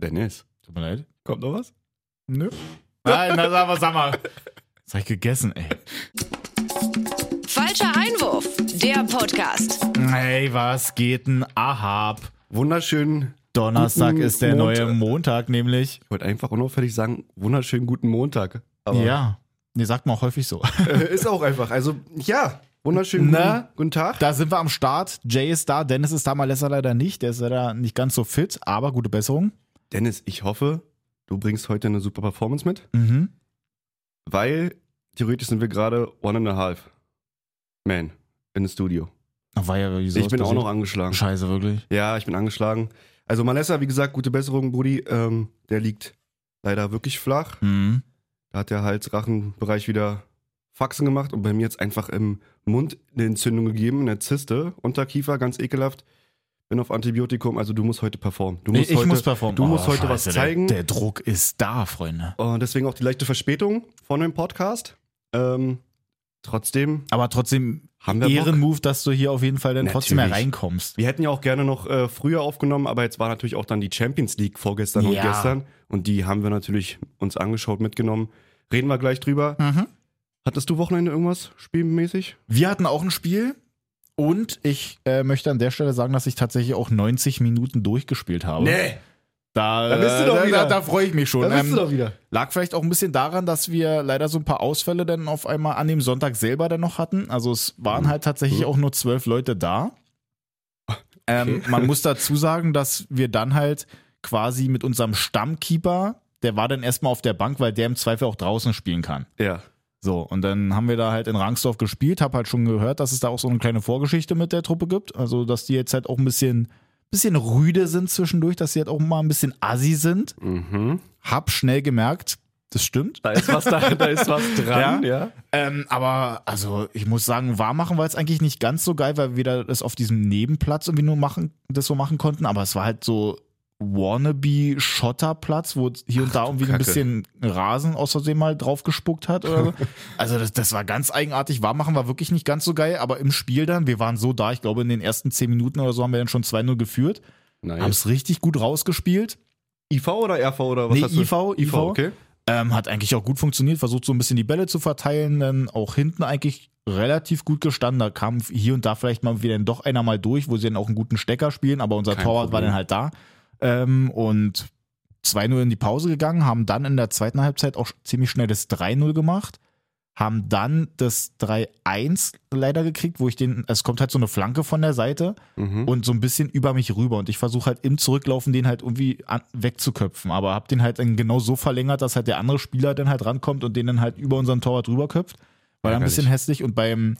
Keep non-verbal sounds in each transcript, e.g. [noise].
Dennis, Tut mir leid. kommt noch was? Nö. Nein, na, sag mal, sag mal. Das hab ich gegessen, ey. Falscher Einwurf, der Podcast. Hey, was geht denn? Ahab. Wunderschönen, Donnerstag Guten ist der neue Montag. Montag, nämlich. ich wollte einfach unauffällig sagen, wunderschönen guten Montag. Aber Ja. Nee, sagt man auch häufig so. äh, [laughs] ist auch einfach. Also, ja, wunderschönen Na? guten, guten [laughs] Tag. Da sind wir am Start. Jay ist da, Dennis ist da, Malessa leider nicht. Der ist leider nicht ganz so fit, aber gute Besserung. Dennis, ich hoffe, du bringst heute eine super Performance mit, Mhm. weil theoretisch sind wir gerade one and a half. Man, in the studio. War ja wieso ich bin auch noch angeschlagen. Scheiße, wirklich. Ja, ich bin angeschlagen. Also Malessa, wie gesagt, gute Besserung, Brudi. Ähm, der liegt leider wirklich flach. Mhm. Da hat der Hals-Rachenbereich wieder Faxen gemacht und bei mir jetzt einfach im Mund eine Entzündung gegeben, eine Zyste, Unterkiefer, ganz ekelhaft. Bin auf Antibiotikum, also du musst heute performen. Du musst ich heute, muss performen. Du musst Oh, heute was Scheiße, zeigen. Der, der Druck ist da, Freunde. Oh, Und deswegen auch die leichte Verspätung von dem Podcast. Ähm, trotzdem Aber trotzdem haben wir Bock. Ehrenmove, dass du hier auf jeden Fall dann trotzdem Natürlich. reinkommst. Wir hätten ja auch gerne noch äh, früher aufgenommen, aber jetzt war natürlich auch dann die Champions League vorgestern und Ja. gestern. Und die haben wir natürlich uns angeschaut, mitgenommen. Reden wir gleich drüber. Mhm. Hattest du Wochenende irgendwas spielmäßig? Wir hatten auch ein Spiel und ich äh, möchte an der Stelle sagen, dass ich tatsächlich auch 90 Minuten durchgespielt habe. Da, Da bist du äh, doch da, wieder. Da, da freue ich mich schon. Ähm, wieder. Lag vielleicht auch ein bisschen daran, dass wir leider so ein paar Ausfälle dann auf einmal an dem Sonntag selber dann noch hatten. Also es Mhm. waren halt tatsächlich auch nur zwölf Leute da. Ähm, man muss dazu sagen, dass wir dann halt quasi mit unserem Stammkeeper, der war dann erstmal auf der Bank, weil der im Zweifel auch draußen spielen kann. Ja. So, und dann haben wir da halt in Rangsdorf gespielt, habe halt schon gehört, dass es da auch so eine kleine Vorgeschichte mit der Truppe gibt. Also, dass die jetzt halt auch ein bisschen, bisschen rüde sind zwischendurch, dass sie halt auch mal ein bisschen assi sind. Mhm. Hab schnell gemerkt, das stimmt. Da ist was, da, da ist was dran, ja. Ähm, aber also ich muss sagen, war machen war jetzt eigentlich nicht ganz so geil, weil wir da das auf diesem Nebenplatz irgendwie nur machen, das so machen konnten, aber es war halt so wannabe Schotterplatz, wo hier und da irgendwie ein Kacke. bisschen Rasen aus Versehen mal draufgespuckt hat oder so. Also das, das war ganz eigenartig. War machen war wirklich nicht ganz so geil, aber im Spiel dann, wir waren so da, ich glaube in den ersten 10 Minuten oder so haben wir dann schon 2-0 geführt, haben Nice. es richtig gut rausgespielt. IV oder RV oder was Nee, hast du? IV, IV, okay. Ähm, hat eigentlich auch gut funktioniert, versucht so ein bisschen die Bälle zu verteilen, dann auch hinten eigentlich relativ gut gestanden. Da kam hier und da vielleicht mal wieder doch einer mal durch, wo sie dann auch einen guten Stecker spielen, aber unser Kein Torwart war Problem. dann halt da. Ähm, und 2-0 in die Pause gegangen, haben dann in der zweiten Halbzeit auch ziemlich schnell das 3-0 gemacht, haben dann das 3-1 leider gekriegt, wo ich den, es kommt halt so eine Flanke von der Seite Mhm. und so ein bisschen über mich rüber. Und ich versuche halt im Zurücklaufen den halt irgendwie an, wegzuköpfen. Aber hab den halt dann genau so verlängert, dass halt der andere Spieler dann halt rankommt und den dann halt über unseren Torwart rüberköpft. War dann ein Ärgerlich. bisschen hässlich. Und beim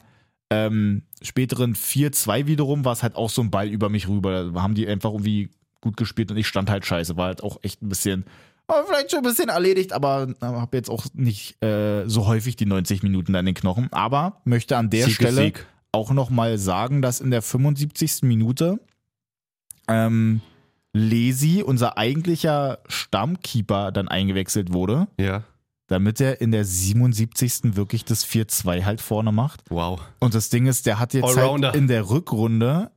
ähm, späteren 4-2 wiederum war es halt auch so ein Ball über mich rüber. Da haben die einfach irgendwie gut gespielt und ich stand halt scheiße. War halt auch echt ein bisschen. Aber vielleicht schon ein bisschen erledigt, aber habe jetzt auch nicht äh, so häufig die 90 Minuten an den Knochen. Aber möchte an der Sieg ist Stelle Sieg. auch nochmal sagen, dass in der 75. Minute ähm, Lesi, unser eigentlicher Stammkeeper, dann eingewechselt wurde, Ja. damit er in der 77. wirklich das 4-2 halt vorne macht. Wow. Und das Ding ist, der hat jetzt halt Allrounder. in der Rückrunde,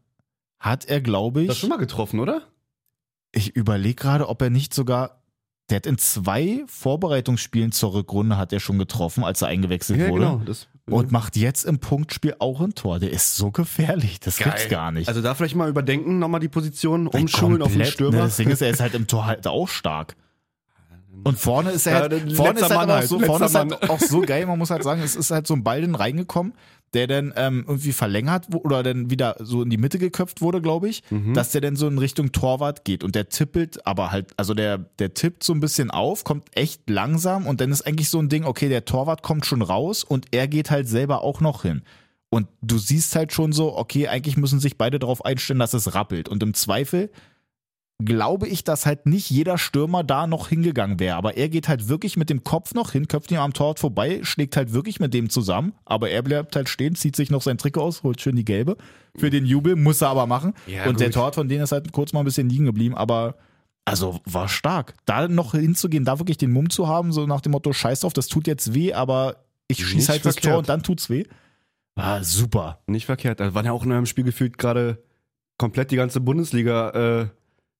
hat er, glaube Das ich, schon mal getroffen, oder? ich überlege gerade, ob er nicht sogar, der hat in zwei Vorbereitungsspielen zur Rückrunde hat er schon getroffen, als er eingewechselt wurde. genau, Das, Und macht jetzt im Punktspiel auch ein Tor. Der ist so gefährlich. Das Geil. gibt's gar nicht. also da vielleicht mal überdenken, nochmal die Position, Ey, umschulen auf den komplett, ne? Stürmer. Das Ding ist, er ist halt im Tor halt auch stark. Und vorne ist Ja, er halt, der vorne letzter ist halt, Mann aber auch halt, so, vorne ist letzter halt auch so geil, man muss halt sagen, es ist halt so ein Ball dann reingekommen, der dann ähm, irgendwie verlängert wo- oder dann wieder so in die Mitte geköpft wurde, glaube ich, Mhm. dass der dann so in Richtung Torwart geht und der tippelt aber halt, also der, der tippt so ein bisschen auf, kommt echt langsam und dann ist eigentlich so ein Ding, okay, der Torwart kommt schon raus und er geht halt selber auch noch hin. Und du siehst halt schon so, okay, eigentlich müssen sich beide darauf einstellen, dass es rappelt. Und im Zweifel glaube ich, dass halt nicht jeder Stürmer da noch hingegangen wäre. Aber er geht halt wirklich mit dem Kopf noch hin, köpft ihm am Torwart vorbei, schlägt halt wirklich mit dem zusammen. Aber er bleibt halt stehen, zieht sich noch sein Trikot aus, holt schön die gelbe. Für den Jubel muss er aber machen. Ja, Und der gut. Torwart von denen ist halt kurz mal ein bisschen liegen geblieben. Aber also war stark. Da noch hinzugehen, da wirklich den Mumm zu haben, so nach dem Motto, scheiß drauf, das tut jetzt weh, aber ich schieß Nicht halt das verkehrt. Tor und dann tut's weh. War super. Nicht verkehrt. Also waren ja auch in einem Spiel gefühlt gerade komplett die ganze Bundesliga äh,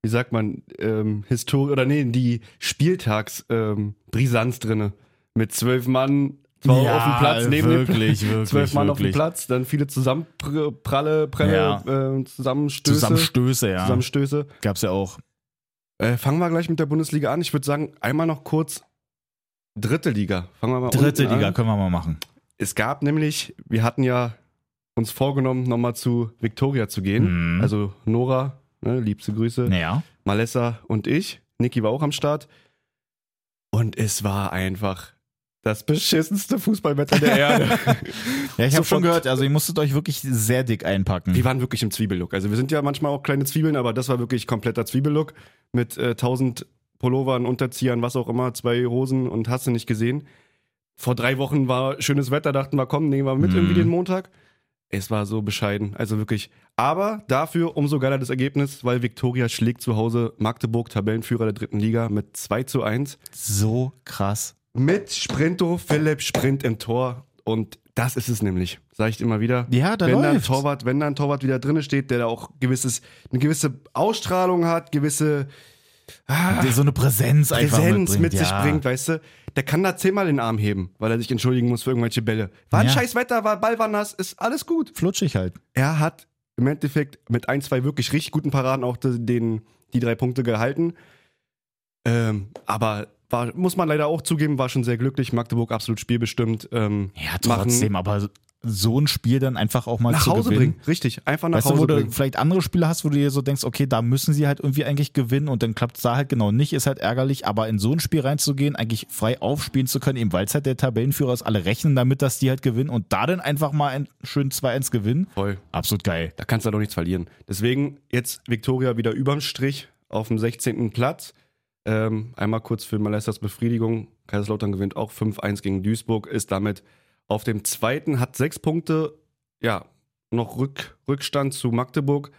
wie sagt man, ähm, Historie, oder nee, die Spieltagsbrisanz ähm, Brisanz drinne. Mit zwölf Mann, zwar Ja, auf dem Platz, neben dem Pla- wirklich, wirklich, [laughs] zwölf Mann auf dem wirklich. Platz, dann viele Zusammenpralle, Prelle, äh, Zusammenstöße. Zusammenstöße, ja. Zusammenstöße. Gab's ja auch. Äh, fangen wir gleich mit der Bundesliga an. Ich würde sagen, einmal noch kurz dritte Liga. Fangen wir mal Dritte unten Liga An. können wir mal machen. Es gab nämlich, wir hatten ja uns vorgenommen, nochmal zu Victoria zu gehen. Mhm. Also Nora, ne, liebste Grüße, Naja. Malessa und ich. Niki war auch am Start. Und es war einfach das beschissenste Fußballwetter [laughs] der Erde. Ja, ich habe Sofort- schon gehört, also ihr musstet euch wirklich sehr dick einpacken. Wir waren wirklich im Zwiebellook. Also wir sind ja manchmal auch kleine Zwiebeln, aber das war wirklich kompletter Zwiebellook mit äh, 1000 Pullovern, Unterziehern, was auch immer, zwei Hosen und hast du nicht gesehen. Vor drei Wochen war schönes Wetter, dachten wir, komm, nehmen wir mit Mhm. irgendwie den Montag. Es war so bescheiden, also wirklich. Aber dafür umso geiler das Ergebnis, weil Viktoria schlägt zu Hause Magdeburg, Tabellenführer der dritten Liga, mit 2 zu 1. so krass. Mit Sprinto Philipp Sprint im Tor. Und das ist es nämlich, sage ich immer wieder Ja, da wenn da ein läuft. Torwart, wenn da ein Torwart wieder drinne steht, der da auch gewisses, eine gewisse Ausstrahlung hat, gewisse Der so eine Ah. Präsenz einfach Präsenz mitbringt. mit sich ja. bringt, weißt du, der kann da zehnmal den Arm heben, weil er sich entschuldigen muss für irgendwelche Bälle. War ein Ja. scheiß Wetter, war Ball war nass, ist alles gut. Flutschig halt. Er hat im Endeffekt mit ein, zwei wirklich richtig guten Paraden auch de- den, die drei Punkte gehalten. Ähm, aber war, muss man leider auch zugeben, war schon sehr glücklich. Magdeburg absolut spielbestimmt. Ähm, Ja, machen, trotzdem, aber so ein Spiel dann einfach auch mal nach zu Hause gewinnen. bringen. Richtig, einfach nach Weißt Hause du, wo du bringen. vielleicht andere Spiele hast, wo du dir so denkst, okay, da müssen sie halt irgendwie eigentlich gewinnen und dann klappt es da halt genau nicht, ist halt ärgerlich, aber in so ein Spiel reinzugehen, eigentlich frei aufspielen zu können, eben weil es halt der Tabellenführer ist, alle rechnen damit, dass die halt gewinnen und da dann einfach mal ein schön 2-1 gewinnen, Voll. absolut geil. Da kannst du doch nichts verlieren. Deswegen jetzt Viktoria wieder überm Strich auf dem 16. Platz. Ähm, einmal kurz für Malessas Befriedigung. Kaiserslautern gewinnt auch 5-1 gegen Duisburg, ist damit auf dem zweiten, hat sechs Punkte, ja, noch Rück, Rückstand zu Magdeburg,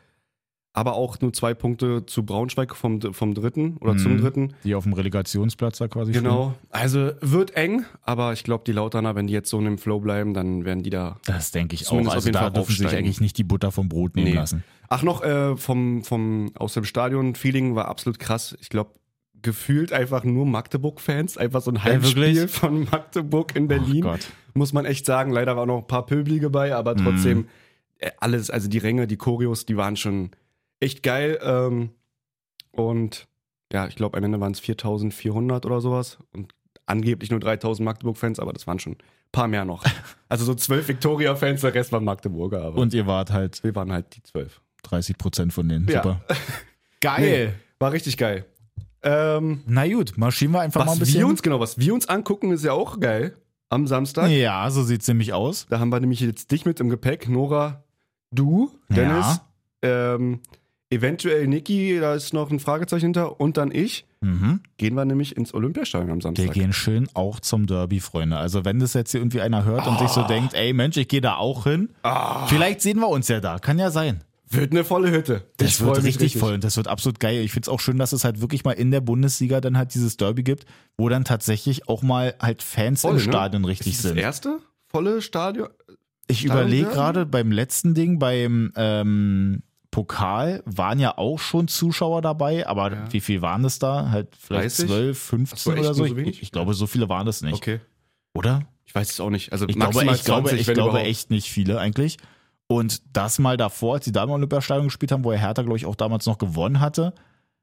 aber auch nur zwei Punkte zu Braunschweig vom, vom dritten oder zum Mhm. dritten. Die auf dem Relegationsplatz da quasi Genau. Also wird eng, aber ich glaube, die Lauterner, wenn die jetzt so in dem Flow bleiben, dann werden die da stehen. Das denke ich auch. Zumindest auf Also jeden da Fall dürfen sie sich aufsteigen. eigentlich nicht die Butter vom Brot nehmen Nee. lassen. Ach noch, äh, vom, vom aus dem Stadion Feeling war absolut krass. Ich glaube, gefühlt einfach nur Magdeburg-Fans, einfach so ein Heimspiel wirklich? von Magdeburg in Berlin. Ach Gott. Mhm. Muss man echt sagen, leider waren noch ein paar Pöblige bei, aber trotzdem äh, alles, also die Ränge, die Choreos, die waren schon echt geil. Ähm, und ja, ich glaube, am Ende waren es 4400 oder sowas und angeblich nur 3000 Magdeburg-Fans, aber das waren schon ein paar [laughs] mehr noch. Also so zwölf Victoria-Fans, der Rest waren Magdeburger, aber Und ihr wart halt wir waren halt die zwölf. 30 Prozent von denen. Ja. Super. War richtig [laughs] geil. Ähm, Na gut, marschieren wir einfach mal ein was bisschen. wir uns, genau, was wir uns angucken, ist ja auch geil. Am Samstag. ja, so sieht's nämlich aus. Da haben wir nämlich jetzt dich mit im Gepäck, Nora, du, Dennis, ähm, eventuell Niki, da ist noch ein Fragezeichen hinter, und dann ich. Mhm. Gehen wir nämlich ins Olympiastadion am Wir Samstag. gehen schön auch zum Derby, Freunde. Also wenn das jetzt hier irgendwie einer hört und sich so Ah. denkt, ey Mensch, ich gehe da auch hin. Vielleicht sehen wir uns ja da. Kann ja sein. Wird eine volle Hütte. Das Ich freu wird mich richtig, voll und das wird absolut geil. Ich find's auch schön, dass es halt wirklich mal in der Bundesliga dann halt dieses Derby gibt, wo dann tatsächlich auch mal halt Fans Voll, im ne? Stadion richtig Ist das sind. das erste volle Stadion? Ich Stadion überlege Derby? gerade beim letzten Ding, beim ähm, Pokal waren ja auch schon Zuschauer dabei, aber Ja. wie viel waren es da? Halt vielleicht 30? 12, 15 echt oder so. nur so wenig? ich, ich glaube, so viele waren es nicht, Okay. oder? Ich weiß es auch nicht. Also Ich glaube, maximal ich glaube, 20, ich wenn glaube überhaupt. echt nicht viele eigentlich. Und das mal davor, als die da im Olympiastadion gespielt haben, wo ja Hertha, glaube ich, auch damals noch gewonnen hatte,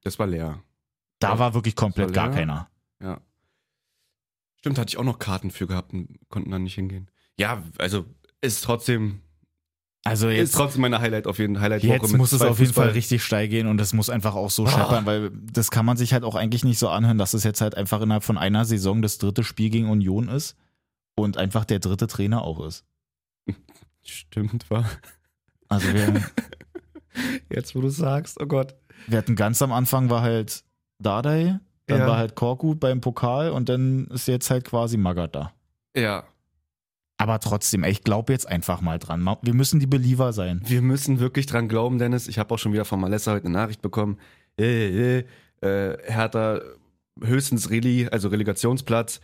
Das war leer. da Ja, war wirklich komplett war gar leer. keiner. Ja. Stimmt, hatte ich auch noch Karten für gehabt und konnten dann nicht hingehen. Ja, also ist trotzdem, Also ist jetzt, trotzdem meine Highlight auf jeden Highlight jetzt muss es auf jeden Fall richtig steil gehen und es muss einfach auch Ah. so scheppern, weil das kann man sich halt auch eigentlich nicht so anhören, dass es jetzt halt einfach innerhalb von einer Saison das dritte Spiel gegen Union ist und einfach der dritte Trainer auch ist. Stimmt, war. Also wir, Jetzt, wo du sagst, oh Gott. wir hatten ganz am Anfang war halt Dardai, dann Ja. war halt Korku beim Pokal und dann ist jetzt halt quasi Magath da. Ja, Aber trotzdem, ey, ich glaube jetzt einfach mal dran. Ma- Wir müssen die Believer sein. wir müssen wirklich dran glauben, Dennis. Ich habe auch schon wieder von Malessa heute eine Nachricht bekommen. Äh, äh, äh, Hertha höchstens Reli, also Relegationsplatz.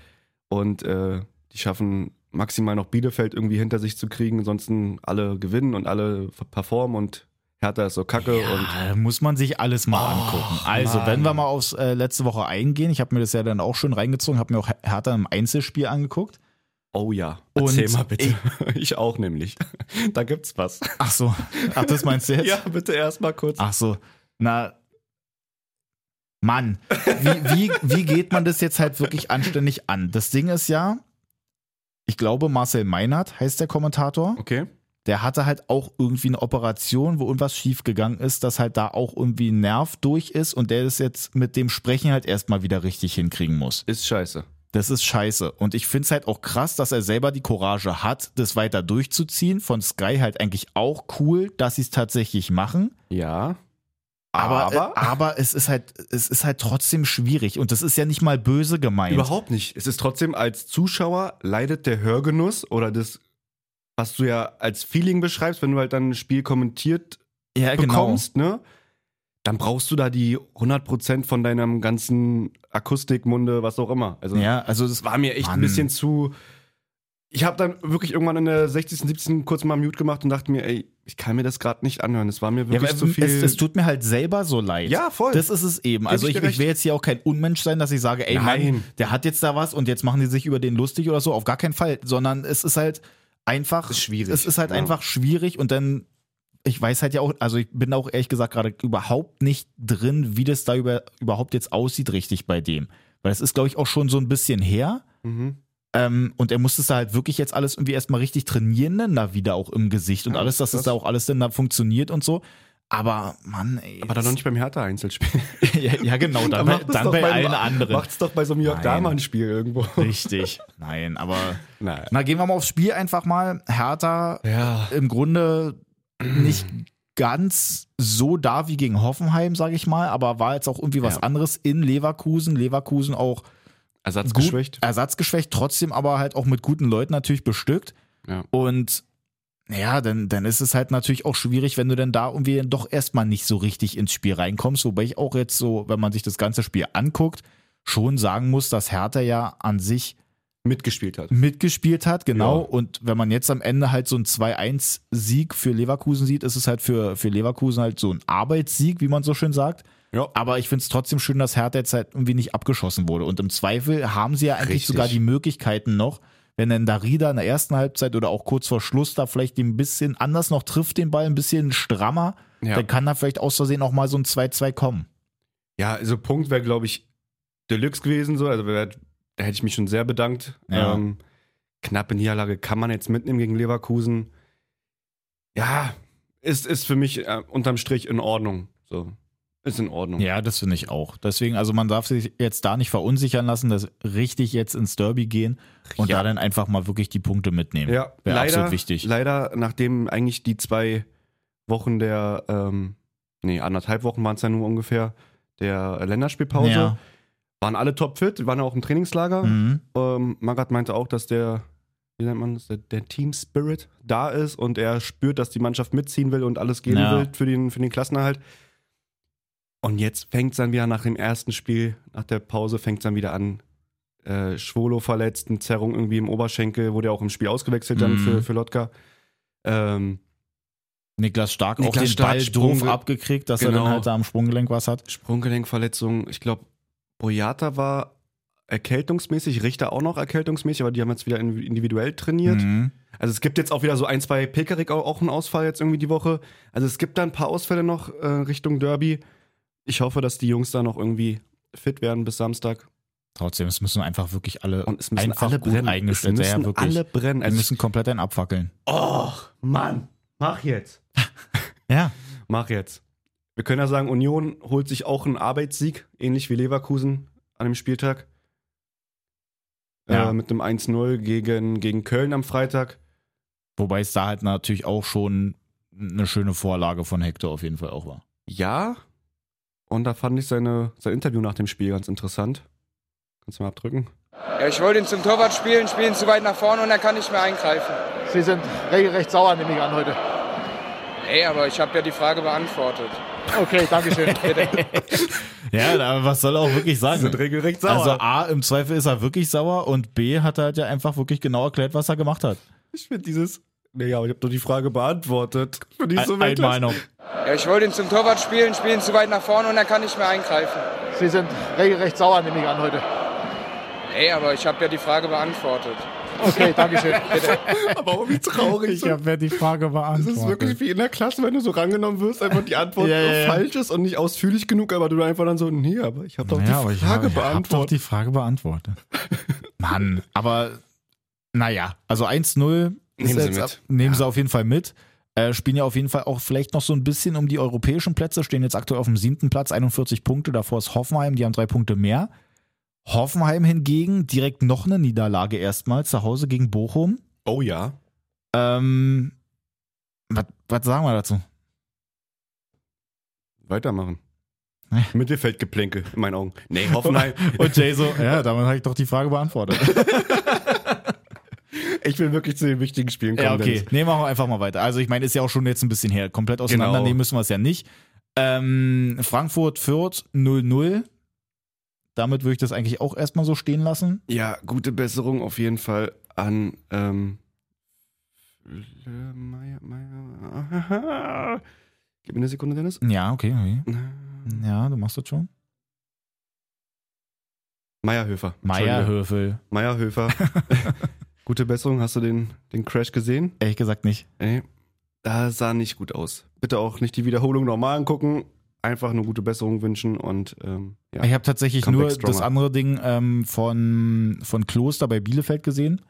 Und äh, die schaffen maximal noch Bielefeld irgendwie hinter sich zu kriegen. Ansonsten alle gewinnen und alle performen und Hertha ist so kacke und Ja, muss man sich alles mal angucken. Also, wenn wir mal aufs äh, letzte Woche eingehen, ich habe mir das ja dann auch schön reingezogen, habe mir auch Hertha im Einzelspiel angeguckt. oh ja, Und erzähl mal bitte. Ich auch nämlich. [laughs] Da gibt's was. Ach so, [laughs] ach, das meinst du jetzt? Ja, bitte erstmal kurz. Ach so, na. Mann, wie, wie, wie geht man das jetzt halt wirklich anständig an? Das Ding ist ja, ich glaube, Marcel Meinert heißt der Kommentator. Okay. der hatte halt auch irgendwie eine Operation, wo irgendwas schiefgegangen ist, dass halt da auch irgendwie ein Nerv durch ist und der das jetzt mit dem Sprechen halt erstmal wieder richtig hinkriegen muss. Ist scheiße. Das ist scheiße. Und ich finde es halt auch krass, dass er selber die Courage hat, das weiter durchzuziehen. Von Sky halt eigentlich auch cool, dass sie es tatsächlich machen. Ja. Aber, Aber? äh, aber? aber es ist halt, es ist halt trotzdem schwierig. Und das ist ja nicht mal böse gemeint. Überhaupt nicht. Es ist trotzdem als Zuschauer leidet der Hörgenuss oder das, was du ja als Feeling beschreibst, wenn du halt dann ein Spiel kommentiert ja, bekommst, ne? Dann brauchst du da die 100% von deinem ganzen Akustikmunde, was auch immer. Also, Ja, also das es war mir echt ein Mann. bisschen zu. Ich habe dann wirklich irgendwann in der 60., 17. kurz mal Mute gemacht und dachte mir, ey, ich kann mir das gerade nicht anhören. Es war mir Ja, wirklich aber zu viel. Es, es tut mir halt selber so leid. Ja, voll. Das ist es eben. Geb Also ich ich, dir ich will jetzt hier auch kein Unmensch sein, dass ich sage, ey Nein. Mann, der hat jetzt da was und jetzt machen die sich über den lustig oder so. Auf gar keinen Fall. Sondern es ist halt einfach. Ist schwierig. genau. Es ist halt Ja. einfach schwierig und dann. Ich weiß halt ja auch, also ich bin auch ehrlich gesagt gerade überhaupt nicht drin, wie das da über, überhaupt jetzt aussieht, richtig bei dem. Weil es ist, glaube ich, auch schon so ein bisschen her. mhm. Ähm, und er musste es da halt wirklich jetzt alles irgendwie erstmal richtig trainieren, dann da wieder auch im Gesicht und Ja, alles, dass krass. es da auch alles dann da funktioniert und so. Aber Mann, ey. Aber dann [laughs] noch nicht beim Hertha-Einzelspiel. ja, ja, [laughs] genau, dann, bei, macht es dann doch bei beim- allen anderen. Macht's doch bei so einem Jörg Nein. Dahmann-Spiel irgendwo. [laughs] Richtig. Nein, aber. Nein. Na, gehen wir mal aufs Spiel einfach mal. Hertha Ja. im [clears throat] Grunde nicht ganz so da wie gegen Hoffenheim, sage ich mal, aber war jetzt auch irgendwie was Ja. anderes in Leverkusen. Leverkusen auch Ersatzgeschwächt. Gut, ersatzgeschwächt, trotzdem aber halt auch mit guten Leuten natürlich bestückt. Ja. Und ja, dann, dann ist es halt natürlich auch schwierig, wenn du dann da irgendwie dann doch erstmal nicht so richtig ins Spiel reinkommst. Wobei ich auch jetzt so, wenn man sich das ganze Spiel anguckt, schon sagen muss, dass Hertha ja an sich Mitgespielt hat. mitgespielt hat, genau. Ja. Und wenn man jetzt am Ende halt so einen 2-1-Sieg für Leverkusen sieht, ist es halt für, für Leverkusen halt so ein Arbeitssieg, wie man so schön sagt. Ja. Aber ich finde es trotzdem schön, dass Hertha jetzt halt irgendwie nicht abgeschossen wurde. Und im Zweifel haben sie ja eigentlich Richtig. sogar die Möglichkeiten noch, wenn dann Darida in der ersten Halbzeit oder auch kurz vor Schluss da vielleicht ein bisschen anders noch trifft, den Ball ein bisschen strammer, Ja. dann kann da vielleicht aus Versehen auch mal so ein 2-2 kommen. Ja, also Punkt wäre, glaube ich, Deluxe gewesen. So. Also wär, da hätte ich mich schon sehr bedankt. Ja. Ähm, knappe Niederlage kann man jetzt mitnehmen gegen Leverkusen. Ja, ist, ist für mich äh, unterm Strich in Ordnung. So. Ist in Ordnung. Ja, das finde ich auch. Deswegen, also man darf sich jetzt da nicht verunsichern lassen, dass richtig jetzt ins Derby gehen und Ja. da dann einfach mal wirklich die Punkte mitnehmen. Ja, Wäre leider, absolut wichtig. leider, nachdem eigentlich die zwei Wochen der, ähm, nee, anderthalb Wochen waren es ja nur ungefähr, der Länderspielpause, Ja. waren alle topfit, waren auch im Trainingslager. Mhm. Ähm, Magath meinte auch, dass der, wie nennt man das, der, der Team Spirit da ist und er spürt, dass die Mannschaft mitziehen will und alles geben Ja. will für den, für den Klassenerhalt. Und jetzt fängt es dann wieder nach dem ersten Spiel, nach der Pause, fängt es dann wieder an. Äh, Schwolo verletzt, eine Zerrung irgendwie im Oberschenkel, wurde ja auch im Spiel ausgewechselt dann Mhm. für, für Lotka. Ähm, Niklas Stark auch Niklas den Stark Ball Sprung doof ge- abgekriegt, dass er Genau. dann halt da am Sprunggelenk was hat. Sprunggelenkverletzung. Ich glaube, Boyata war erkältungsmäßig, Richter auch noch erkältungsmäßig, aber die haben jetzt wieder in- individuell trainiert. Mhm. Also es gibt jetzt auch wieder so ein, zwei Pekarik auch, auch einen Ausfall jetzt irgendwie die Woche. Also es gibt da ein paar Ausfälle noch äh, Richtung Derby. Ich hoffe, dass die Jungs da noch irgendwie fit werden bis Samstag. Trotzdem, es müssen einfach wirklich alle Und es müssen einfach alle gut brennen. Es eingestellt müssen sein. Ja, wirklich. alle brennen. Wir Also müssen komplett einen abfackeln. oh, Mann, mach jetzt. Ja. Mach jetzt. Wir können ja sagen, Union holt sich auch einen Arbeitssieg, ähnlich wie Leverkusen an dem Spieltag. Ja. Äh, mit einem 1-0 gegen, gegen Köln am Freitag. Wobei es da halt natürlich auch schon eine schöne Vorlage von Hector auf jeden Fall auch war. Ja. Und da fand ich seine, sein Interview nach dem Spiel ganz interessant. Kannst du mal abdrücken? Ja, ich wollte ihn zum Torwart spielen, spiele ihn zu weit nach vorne und er kann nicht mehr eingreifen. Sie sind regelrecht sauer, nehme ich an, heute. Ey, aber ich habe ja die Frage beantwortet. Okay, danke schön. Ja, aber was soll er auch wirklich sagen? regelrecht Also A, im Zweifel ist er wirklich sauer und B, hat er halt ja einfach wirklich genau erklärt, was er gemacht hat. ich finde dieses, Digga, aber ich habe doch die Frage beantwortet. Bin ich so Ein- weit- Einmeinung. Ja, ich wollte ihn zum Torwart spielen, spielen zu weit nach vorne und er kann nicht mehr eingreifen. Sie sind regelrecht sauer, nehme ich an, heute. Ey, aber ich habe ja die Frage beantwortet. Okay, Dankeschön. Aber auch wie traurig. Ich habe die Frage Es beantwortet. ist wirklich wie in der Klasse, wenn du so rangenommen wirst, einfach die Antwort [laughs] Ja, ja, ja. falsch ist und nicht ausführlich genug, aber du einfach dann so, nee, aber ich habe doch ja, aber die ich Frage habe hab doch beantwortet. die Frage beantwortet. [laughs] Mann, aber naja, also 1-0 ist Nehmen sie jetzt mit. ab- nehmen sie auf jeden Fall mit. Äh, spielen ja auf jeden Fall auch vielleicht noch so ein bisschen um die europäischen Plätze, stehen jetzt aktuell auf dem siebten Platz, 41 Punkte, davor ist Hoffenheim, die haben drei Punkte mehr. Hoffenheim hingegen direkt noch eine Niederlage erstmal zu Hause gegen Bochum. oh ja. Ähm, was was sagen wir dazu? Weitermachen. Nee. Mittelfeldgeplänkel, in meinen Augen. Nee, Hoffenheim. [laughs] Und Jay so, ja, damit habe ich doch die Frage beantwortet. ich will wirklich zu den wichtigen Spielen kommen. Ja, okay. Dennis. Nee, machen wir einfach mal weiter. Also ich meine, ist ja auch schon jetzt ein bisschen her. Komplett auseinandernehmen Genau. müssen wir es ja nicht. Ähm, Frankfurt, Fürth, 0-0. Damit würde ich das eigentlich auch erstmal so stehen lassen. Ja, gute Besserung auf jeden Fall an ähm, Meier, Meier. Gib mir eine Sekunde, Dennis. Ja, okay. okay. Ja, du machst das schon. Meierhöfer. Entschuldige. Meierhöfel. Meierhöfer. gute Besserung. Hast du den, den Crash gesehen? Ehrlich gesagt nicht. Ey, das sah nicht gut aus. Bitte auch nicht die Wiederholung normal angucken. Einfach eine gute Besserung wünschen und ähm, ja. Ich habe tatsächlich Comeback nur das stronger. andere Ding ähm, von, von Kloster bei Bielefeld gesehen.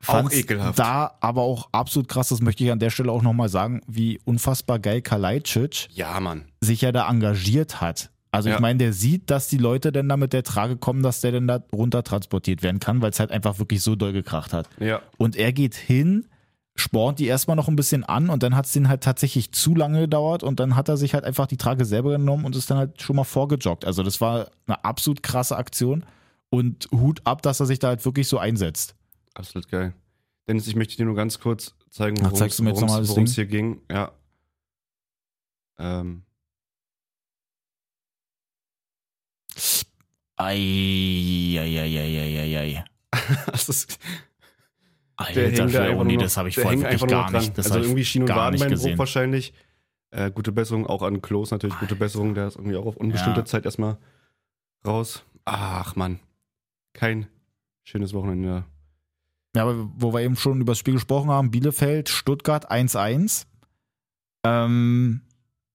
Fand's Da aber auch absolut krass, das möchte ich an der Stelle auch nochmal sagen, wie unfassbar geil Kalajdzic ja, Mann. sich ja da engagiert hat. Also ich Ja. meine, der sieht, dass die Leute dann da mit der Trage kommen, dass der dann da runter transportiert werden kann, weil es halt einfach wirklich so doll gekracht hat. Ja. Und er geht hin, spornt die erstmal noch ein bisschen an und dann hat es den halt tatsächlich zu lange gedauert und dann hat er sich halt einfach die Trage selber genommen und ist dann halt schon mal vorgejoggt. Also das war eine absolut krasse Aktion und Hut ab, dass er sich da halt wirklich so einsetzt. Absolut geil. Dennis, ich möchte dir nur ganz kurz zeigen, Ach, zeigst du mir jetzt noch mal das worum es hier ging. Ja. Ähm, Eieieiei. das ist, Alter, da einfach Leonie, nur noch- das habe ich der vorher hängt wirklich einfach nur gar noch dran. nicht. Das also hab ich irgendwie Schien- und gar nicht Wadenbeinbruch gesehen. wahrscheinlich. Äh, gute Besserung auch an Klos, natürlich gute Besserung. Der ist irgendwie auch auf unbestimmte Ja. Zeit erstmal raus. Ach, Mann. Kein schönes Wochenende. Ja, aber wo wir eben schon über das Spiel gesprochen haben, Bielefeld, Stuttgart 1-1. Ähm,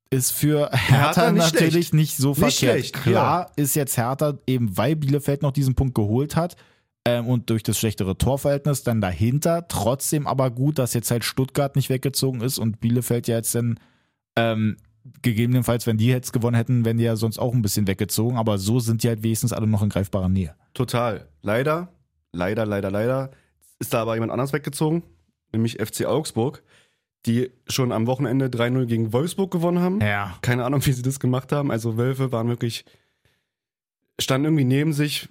ist für Hertha, Hertha nicht natürlich schlecht. nicht so Nicht verkehrt. schlecht, ja. Klar ist jetzt Hertha eben, weil Bielefeld noch diesen Punkt geholt hat ähm, und durch das schlechtere Torverhältnis dann dahinter. Trotzdem aber gut, dass jetzt halt Stuttgart nicht weggezogen ist und Bielefeld ja jetzt dann ähm, gegebenenfalls, wenn die jetzt gewonnen hätten, wären die ja sonst auch ein bisschen weggezogen. Aber so sind die halt wenigstens alle noch in greifbarer Nähe. Total. Leider, leider, leider, leider ist da aber jemand anders weggezogen, nämlich FC Augsburg, die schon am Wochenende 3-0 gegen Wolfsburg gewonnen haben. Ja. Keine Ahnung, [laughs] wie sie das gemacht haben. Also Wölfe waren wirklich, standen irgendwie neben sich.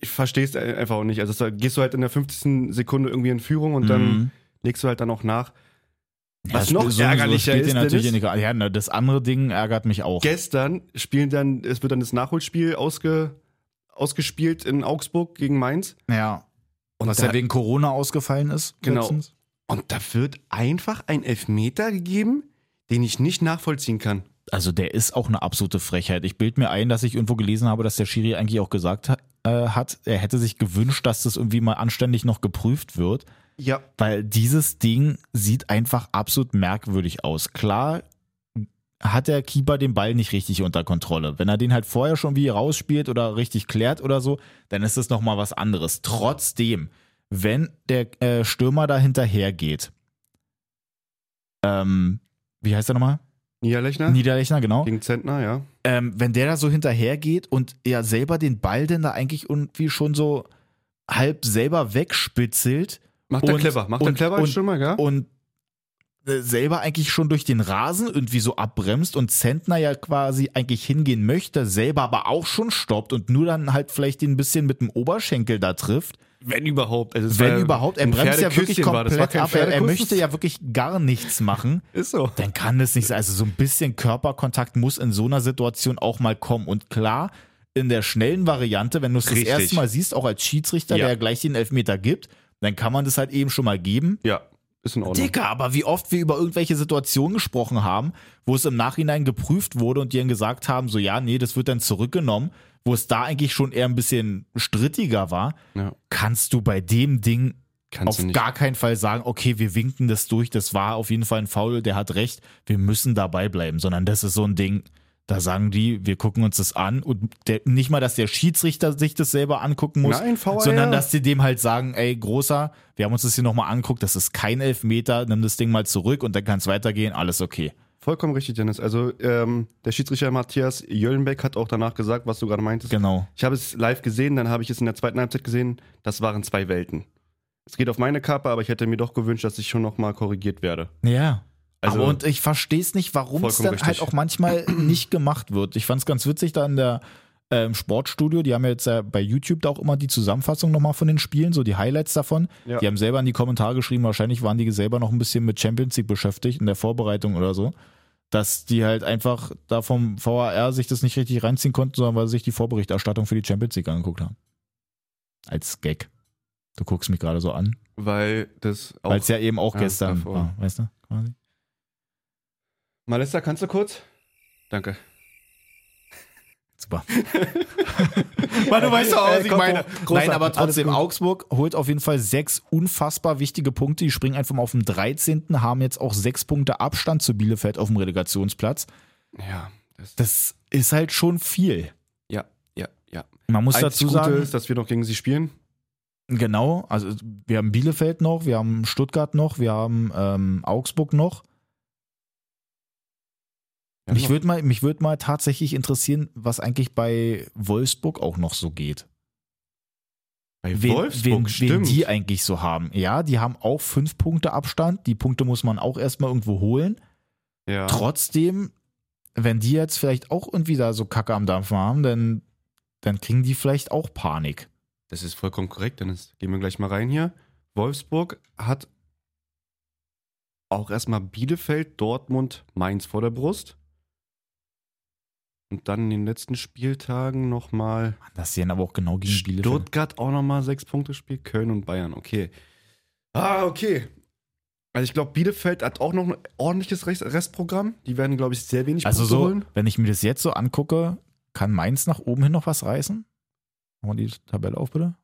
Ich verstehe es einfach auch nicht. Also da gehst du halt in der 50. Sekunde irgendwie in Führung und Mhm. dann legst du halt dann auch nach. Was das noch Spiel- so- so ärgerlicher spielt ist, ihr natürlich Dennis? in die- ja, na, das andere Ding ärgert mich auch. Gestern spielen dann, es wird dann das Nachholspiel ausge, ausgespielt in Augsburg gegen Mainz. ja. Und was da- ja wegen Corona ausgefallen ist. Genau. letztens. Und da wird einfach ein Elfmeter gegeben, den ich nicht nachvollziehen kann. Also der ist auch eine absolute Frechheit. Ich bilde mir ein, dass ich irgendwo gelesen habe, dass der Schiri eigentlich auch gesagt ha- äh, hat, er hätte sich gewünscht, dass das irgendwie mal anständig noch geprüft wird. Ja. weil dieses Ding sieht einfach absolut merkwürdig aus. Klar hat der Keeper den Ball nicht richtig unter Kontrolle. Wenn er den halt vorher schon wie rausspielt oder richtig klärt oder so, dann ist das nochmal was anderes. Trotzdem, wenn der äh, Stürmer da hinterhergeht, ähm, wie heißt der nochmal? Niederlechner Niederlechner, genau gegen Zentner, ja. ähm, wenn der da so hinterhergeht und er selber den Ball denn da eigentlich irgendwie schon so halb selber wegspitzelt. Macht der und- clever, macht der und- clever als und- Stürmer, gell? Und äh, selber eigentlich schon durch den Rasen irgendwie so abbremst und Zentner ja quasi eigentlich hingehen möchte, selber aber auch schon stoppt und nur dann halt vielleicht den ein bisschen mit dem Oberschenkel da trifft. wenn überhaupt. Also es Wenn war überhaupt, er ein bremst ja wirklich Pferdeküsschen war das, war komplett kein ab. Er, er Pferdekuss. möchte ja wirklich gar nichts machen. [laughs] Ist so. dann kann es nicht sein. Also so ein bisschen Körperkontakt muss in so einer Situation auch mal kommen. Und klar, in der schnellen Variante, wenn du es das Richtig. erste Mal siehst, auch als Schiedsrichter, Ja. der ja gleich den Elfmeter gibt, dann kann man das halt eben schon mal geben. Ja, ist in Ordnung. Dicker, aber wie oft wir über irgendwelche Situationen gesprochen haben, wo es im Nachhinein geprüft wurde und die dann gesagt haben, so ja, nee, das wird dann zurückgenommen, wo es da eigentlich schon eher ein bisschen strittiger war, Ja. kannst du bei dem Ding Kannst du auf nicht. gar keinen Fall sagen, okay, wir winken das durch, das war auf jeden Fall ein Foul, der hat recht, wir müssen dabei bleiben, sondern das ist so ein Ding, da sagen die, wir gucken uns das an und der, nicht mal, dass der Schiedsrichter sich das selber angucken muss, Nein, VAR. sondern dass die dem halt sagen, ey, großer, wir haben uns das hier nochmal anguckt, das ist kein Elfmeter, nimm das Ding mal zurück und dann kann es weitergehen, alles okay. Vollkommen richtig, Dennis. Also ähm, der Schiedsrichter Matthias Jöllenbeck hat auch danach gesagt, was du gerade meintest. Genau. Ich habe es live gesehen, dann habe ich es in der zweiten Halbzeit gesehen. Das waren zwei Welten. Es geht auf meine Kappe, aber ich hätte mir doch gewünscht, dass ich schon nochmal korrigiert werde. Ja. Also- Aber und ich verstehe es nicht, warum es Vollkommen dann halt richtig. auch manchmal [clears throat] nicht gemacht wird. Ich fand es ganz witzig da in der äh, im Sportstudio, die haben ja jetzt äh, bei YouTube da auch immer die Zusammenfassung nochmal von den Spielen, so die Highlights davon. Ja. Die haben selber in die Kommentare geschrieben, wahrscheinlich waren die selber noch ein bisschen mit Champions League beschäftigt in der Vorbereitung oder so, dass die halt einfach da vom VAR sich das nicht richtig reinziehen konnten, sondern weil sie sich die Vorberichterstattung für die Champions League angeguckt haben. Als Gag. Du guckst mich gerade so an, Weil das auch. weil es ja eben auch Ja, gestern davor. war, weißt du? Quasi. Malessa, kannst du kurz? [laughs] Danke. Super. Weil du weißt doch, was Ey, ich Kopf meine. hoch. Nein, Großer. aber trotzdem, Äh, Alles gut. Augsburg holt auf jeden Fall sechs unfassbar wichtige Punkte. Die springen einfach mal auf den 13., haben jetzt auch sechs Punkte Abstand zu Bielefeld auf dem Relegationsplatz. Ja, das, Das ist halt schon viel. ja, ja, ja. Man muss Einzig dazu Gute sagen, ist, dass wir noch gegen sie spielen. genau, also wir haben Bielefeld noch, wir haben Stuttgart noch, wir haben ähm, Augsburg noch. Ja, genau. Mich noch. würde mal, mich würd mal tatsächlich interessieren, was eigentlich bei Wolfsburg auch noch so geht. Bei wen, Wolfsburg, wen, wen stimmt. die eigentlich so haben. Ja, die haben auch fünf Punkte Abstand. Die Punkte muss man auch erstmal irgendwo holen. ja. Trotzdem, wenn die jetzt vielleicht auch irgendwie da so Kacke am Dampfen haben, dann, dann kriegen die vielleicht auch Panik. Das ist vollkommen korrekt, Dennis. Gehen wir gleich mal rein hier. Wolfsburg hat auch erstmal Bielefeld, Dortmund, Mainz vor der Brust. Und dann in den letzten Spieltagen nochmal Mann, Das sehen aber auch genau gegen Bielefeld. Stuttgart auch nochmal sechs Punkte Spiel, Köln und Bayern. Okay. Ah, okay. Also ich glaube, Bielefeld hat auch noch ein ordentliches Rest- Restprogramm. Die werden, glaube ich, sehr wenig Also Punkte so, holen. wenn ich mir das jetzt so angucke, kann Mainz nach oben hin noch was reißen? Machen wir die Tabelle auf, bitte?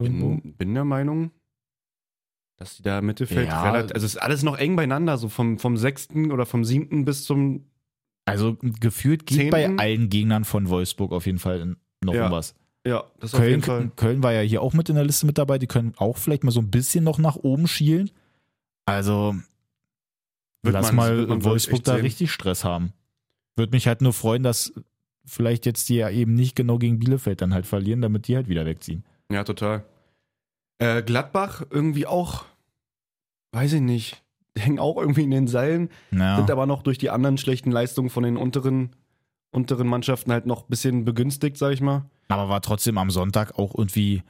Irgendwo? bin, bin der Meinung, dass die da Mittelfeld Ja. relativ. Also es ist alles noch eng beieinander, so vom, vom 6. oder vom 7. bis zum. Also gefühlt geht bei Zehnten? allen Gegnern von Wolfsburg auf jeden Fall noch Ja. um was. Ja, das auf jeden Fall. Köln, Köln war ja hier auch mit in der Liste mit dabei. Die können auch vielleicht mal so ein bisschen noch nach oben schielen. Also Wird lass man- mal wird man, glaub ich, Wolfsburg echt da sehen. richtig Stress haben. Würde mich halt nur freuen, dass vielleicht jetzt die ja eben nicht genau gegen Bielefeld dann halt verlieren, damit die halt wieder wegziehen. Ja, total. Äh, Gladbach irgendwie auch, weiß ich nicht, hängen auch irgendwie in den Seilen, Ja. sind aber noch durch die anderen schlechten Leistungen von den unteren, unteren Mannschaften halt noch ein bisschen begünstigt, sag ich mal. Aber war trotzdem am Sonntag auch irgendwie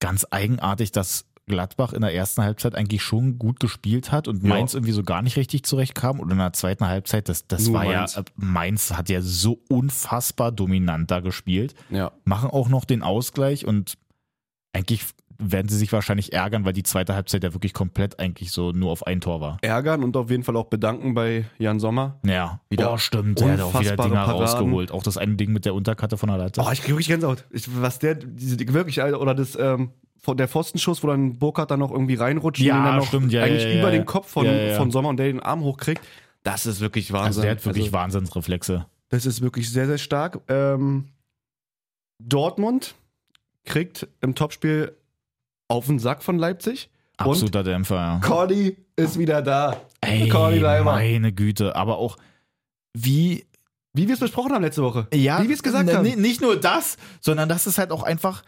ganz eigenartig, dass Gladbach in der ersten Halbzeit eigentlich schon gut gespielt hat und Ja. Mainz irgendwie so gar nicht richtig zurechtkam. Und in der zweiten Halbzeit, das, das Nur war Mainz. ja, Mainz hat ja so unfassbar dominant da gespielt. Ja. Machen auch noch den Ausgleich und eigentlich werden sie sich wahrscheinlich ärgern, weil die zweite Halbzeit ja wirklich komplett eigentlich so nur auf ein Tor war. Ärgern und auf jeden Fall auch bedanken bei Jan Sommer. Ja, Wieder oh, stimmt. Der hat auch wieder unfassbare Dinger Paraden. rausgeholt. Auch das eine Ding mit der Unterkante von der Latte. Oh, ich kriege wirklich Gänsehaut. Ich, was der, diese, wirklich, Alter, oder das, ähm, von der Pfostenschuss, wo dann Burkhardt dann noch irgendwie reinrutscht Ja, und ihn dann noch stimmt, ja, eigentlich ja, ja, über ja. den Kopf von, Ja, ja, ja. von Sommer und der den Arm hochkriegt. Das ist wirklich Wahnsinn. also der hat wirklich Also, Wahnsinnsreflexe. das ist wirklich sehr, sehr stark. Ähm, Dortmund kriegt im Topspiel auf den Sack von Leipzig. Absoluter Dämpfer, ja. Cordy ist wieder da. Ey, Cordy Leimer. meine Güte, aber auch wie Wie wir es besprochen haben letzte Woche. ja, Wie wir es gesagt n- haben. n- nicht nur das, sondern das ist halt auch einfach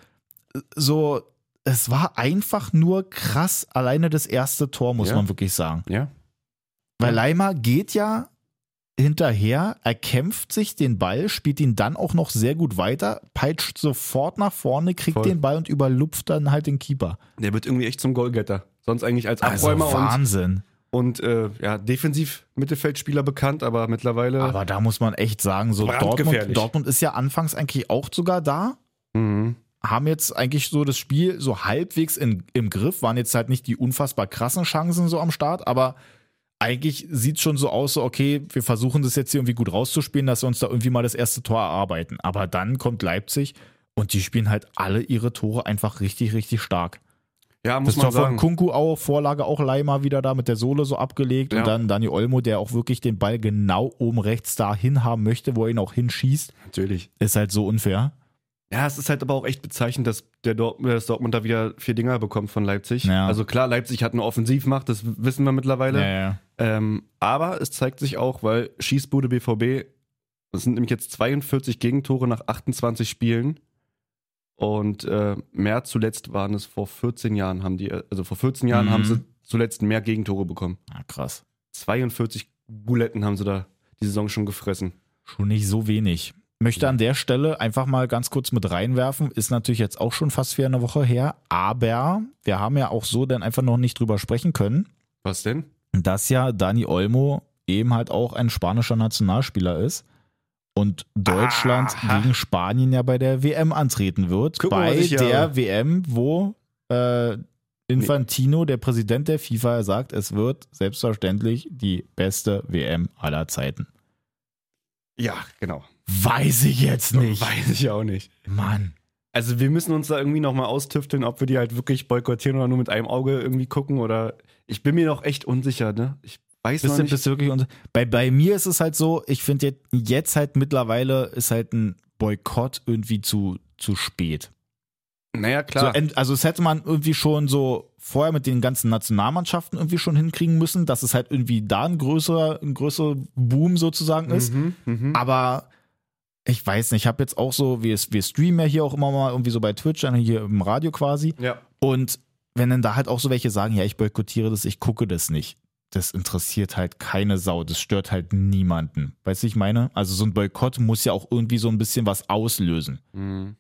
äh, so es war einfach nur krass alleine das erste Tor muss Ja. man wirklich sagen. Ja. Weil Leimer geht ja hinterher, erkämpft sich den Ball, spielt ihn dann auch noch sehr gut weiter, peitscht sofort nach vorne, kriegt Voll. den Ball und überlupft dann halt den Keeper. Der wird irgendwie echt zum Goalgetter. Sonst eigentlich als Also Abräumer und Wahnsinn. und äh, ja, defensiv Mittelfeldspieler bekannt, aber mittlerweile. Aber da muss man echt sagen, so Dortmund, Brandgefährlich. Dortmund ist ja anfangs eigentlich auch sogar da, Mhm. haben jetzt eigentlich so das Spiel so halbwegs in, im Griff, waren jetzt halt nicht die unfassbar krassen Chancen so am Start, aber eigentlich sieht es schon so aus, so okay, wir versuchen das jetzt hier irgendwie gut rauszuspielen, dass wir uns da irgendwie mal das erste Tor erarbeiten. Aber dann kommt Leipzig und die spielen halt alle ihre Tore einfach richtig, richtig stark. Ja, Das muss Tor man von sagen. Kunku auch, Vorlage auch Leimer wieder da mit der Sohle so abgelegt Ja. und dann Dani Olmo, der auch wirklich den Ball genau oben rechts dahin haben möchte, wo er ihn auch hinschießt, Natürlich. ist halt so unfair. Ja, es ist halt aber auch echt bezeichnend, dass der Dortmund, dass Dortmund da wieder vier Dinger bekommt von Leipzig. Ja. Also klar, Leipzig hat eine Offensivmacht, das wissen wir mittlerweile. ja. Ähm, aber es zeigt sich auch, weil Schießbude BVB, das sind nämlich jetzt 42 Gegentore nach 28 Spielen. Und äh, mehr zuletzt waren es vor 14 Jahren, haben die, also vor 14 Jahren Mhm. haben sie zuletzt mehr Gegentore bekommen. Ah, krass. 42 Buletten haben sie da die Saison schon gefressen. Schon nicht so wenig. Möchte an der Stelle einfach mal ganz kurz mit reinwerfen, ist natürlich jetzt auch schon fast wieder eine Woche her, aber wir haben ja auch so dann einfach noch nicht drüber sprechen können, Was denn? dass ja Dani Olmo eben halt auch ein spanischer Nationalspieler ist und Deutschland Aha. gegen Spanien ja bei der WM antreten wird. Gucken wir bei sich ja- der WM, wo äh, Infantino, der Präsident der FIFA, sagt, es wird selbstverständlich die beste WM aller Zeiten. Ja, genau. Weiß ich jetzt nicht. [laughs] Weiß ich auch nicht. Mann. Also wir müssen uns da irgendwie nochmal austüfteln, ob wir die halt wirklich boykottieren oder nur mit einem Auge irgendwie gucken oder ich bin mir noch echt unsicher, ne? Ich weiß Bist noch du, nicht. bist du wirklich unter bei, bei mir ist es halt so, ich finde jetzt, jetzt halt mittlerweile ist halt ein Boykott irgendwie zu, zu spät. naja, So, klar. ent- also es hätte man irgendwie schon so vorher mit den ganzen Nationalmannschaften irgendwie schon hinkriegen müssen, dass es halt irgendwie da ein größerer, ein größerer Boom sozusagen ist. Mhm, mhm. Aber ich weiß nicht, ich habe jetzt auch so, wir, wir streamen ja hier auch immer mal irgendwie so bei Twitch, dann hier im Radio quasi. Ja. Und wenn dann da halt auch so welche sagen, ja, ich boykottiere das, ich gucke das nicht, das interessiert halt keine Sau, das stört halt niemanden. Weißt du, ich meine? Also so ein Boykott muss ja auch irgendwie so ein bisschen was auslösen.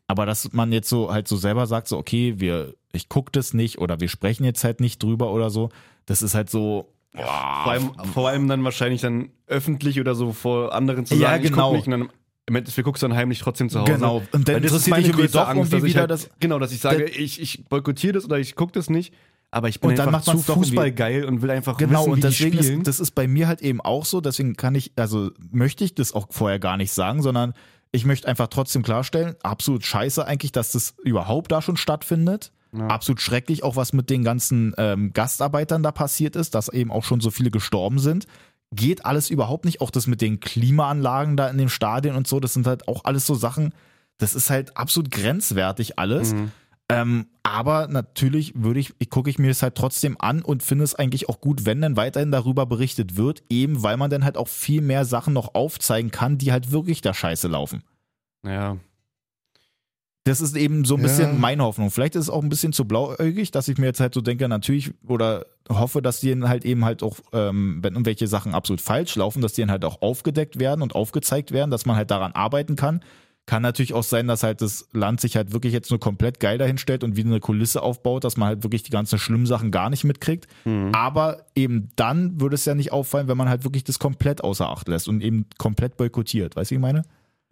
Aber dass man jetzt so halt so selber sagt, so, okay, wir, ich gucke das nicht oder wir sprechen jetzt halt nicht drüber oder so, das ist halt so. Vor allem, vor allem dann wahrscheinlich dann öffentlich oder so vor anderen zu Ja, sagen, ich genau. guck nicht und dann im Endeffekt guckst du dann heimlich trotzdem zu Hause. Genau. Und dann Weil das ist interessiert meine dich irgendwie größte doch Angst, irgendwie dass ich wieder halt, das- Genau, dass ich sage, ich, ich boykottiere das oder ich gucke das nicht, aber ich bin Und dann einfach macht man's zu doch irgendwie- fußballgeil und will einfach Genau, wissen, wie und deswegen die spielen. ist, das ist bei mir halt eben auch so, deswegen kann ich, also möchte ich das auch vorher gar nicht sagen, sondern ich möchte einfach trotzdem klarstellen, absolut scheiße eigentlich, dass das überhaupt da schon stattfindet. Absolut schrecklich, auch was mit den ganzen ähm, Gastarbeitern da passiert ist, dass eben auch schon so viele gestorben sind. Geht alles überhaupt nicht. Auch das mit den Klimaanlagen da in dem Stadion und so, das sind halt auch alles so Sachen, das ist halt absolut grenzwertig alles. Mhm. Ähm, aber natürlich würde ich, ich gucke ich mir das halt trotzdem an und finde es eigentlich auch gut, wenn dann weiterhin darüber berichtet wird, eben weil man dann halt auch viel mehr Sachen noch aufzeigen kann, die halt wirklich da scheiße laufen. ja. Das ist eben so ein bisschen Ja. meine Hoffnung. Vielleicht ist es auch ein bisschen zu blauäugig, dass ich mir jetzt halt so denke, natürlich oder hoffe, dass die halt eben halt auch, ähm, wenn irgendwelche Sachen absolut falsch laufen, dass die dann halt auch aufgedeckt werden und aufgezeigt werden, dass man halt daran arbeiten kann. Kann natürlich auch sein, dass halt das Land sich halt wirklich jetzt nur komplett geil dahinstellt und wieder eine Kulisse aufbaut, dass man halt wirklich die ganzen schlimmen Sachen gar nicht mitkriegt. Aber eben dann würde es ja nicht auffallen, wenn man halt wirklich das komplett außer Acht lässt und eben komplett boykottiert. Weißt du, wie ich meine?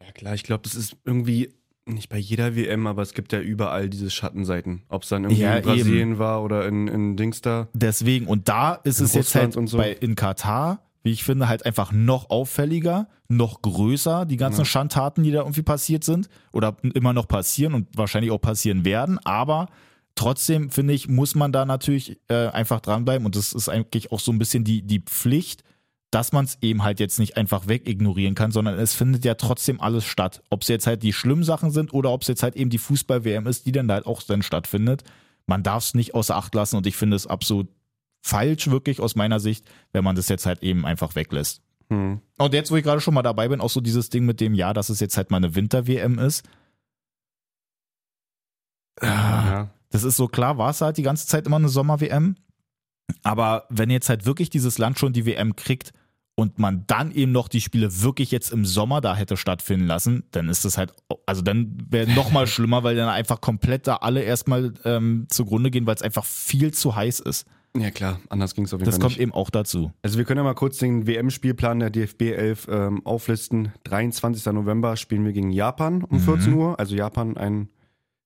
Ja klar, ich glaube, das ist irgendwie nicht bei jeder WM, aber es gibt ja überall diese Schattenseiten. Ob es dann irgendwie Ja, in Brasilien war oder in, in Dings da. Deswegen, und da ist In es jetzt Russland halt und so. bei, in Katar, wie ich finde, halt einfach noch auffälliger, noch größer, die ganzen Schandtaten, die da irgendwie passiert sind oder immer noch passieren und wahrscheinlich auch passieren werden, aber trotzdem, finde ich, muss man da natürlich äh, einfach dranbleiben und das ist eigentlich auch so ein bisschen die, die Pflicht, dass man es eben halt jetzt nicht einfach wegignorieren kann, sondern es findet ja trotzdem alles statt. Ob es jetzt halt die schlimmen Sachen sind oder ob es jetzt halt eben die Fußball-WM ist, die dann halt auch dann stattfindet. Man darf es nicht außer Acht lassen und ich finde es absolut falsch, wirklich aus meiner Sicht, wenn man das jetzt halt eben einfach weglässt. Hm. Und jetzt, wo ich gerade schon mal dabei bin, auch so dieses Ding mit dem Jahr, dass es jetzt halt mal eine Winter-WM ist. Ah. Ja. Das ist so klar, war es halt die ganze Zeit immer eine Sommer-WM. Aber wenn jetzt halt wirklich dieses Land schon die WM kriegt und man dann eben noch die Spiele wirklich jetzt im Sommer da hätte stattfinden lassen, dann ist das halt, also dann wäre noch [laughs] mal schlimmer, weil dann einfach komplett da alle erstmal ähm, zugrunde gehen, weil es einfach viel zu heiß ist. ja klar, anders ging es auf jeden Das Fall kommt nicht. eben auch dazu. Also wir können ja mal kurz den WM-Spielplan der DFB 11 ähm, Mhm. auflisten. 23. November spielen wir gegen Japan um 14 Uhr. Also Japan, ein,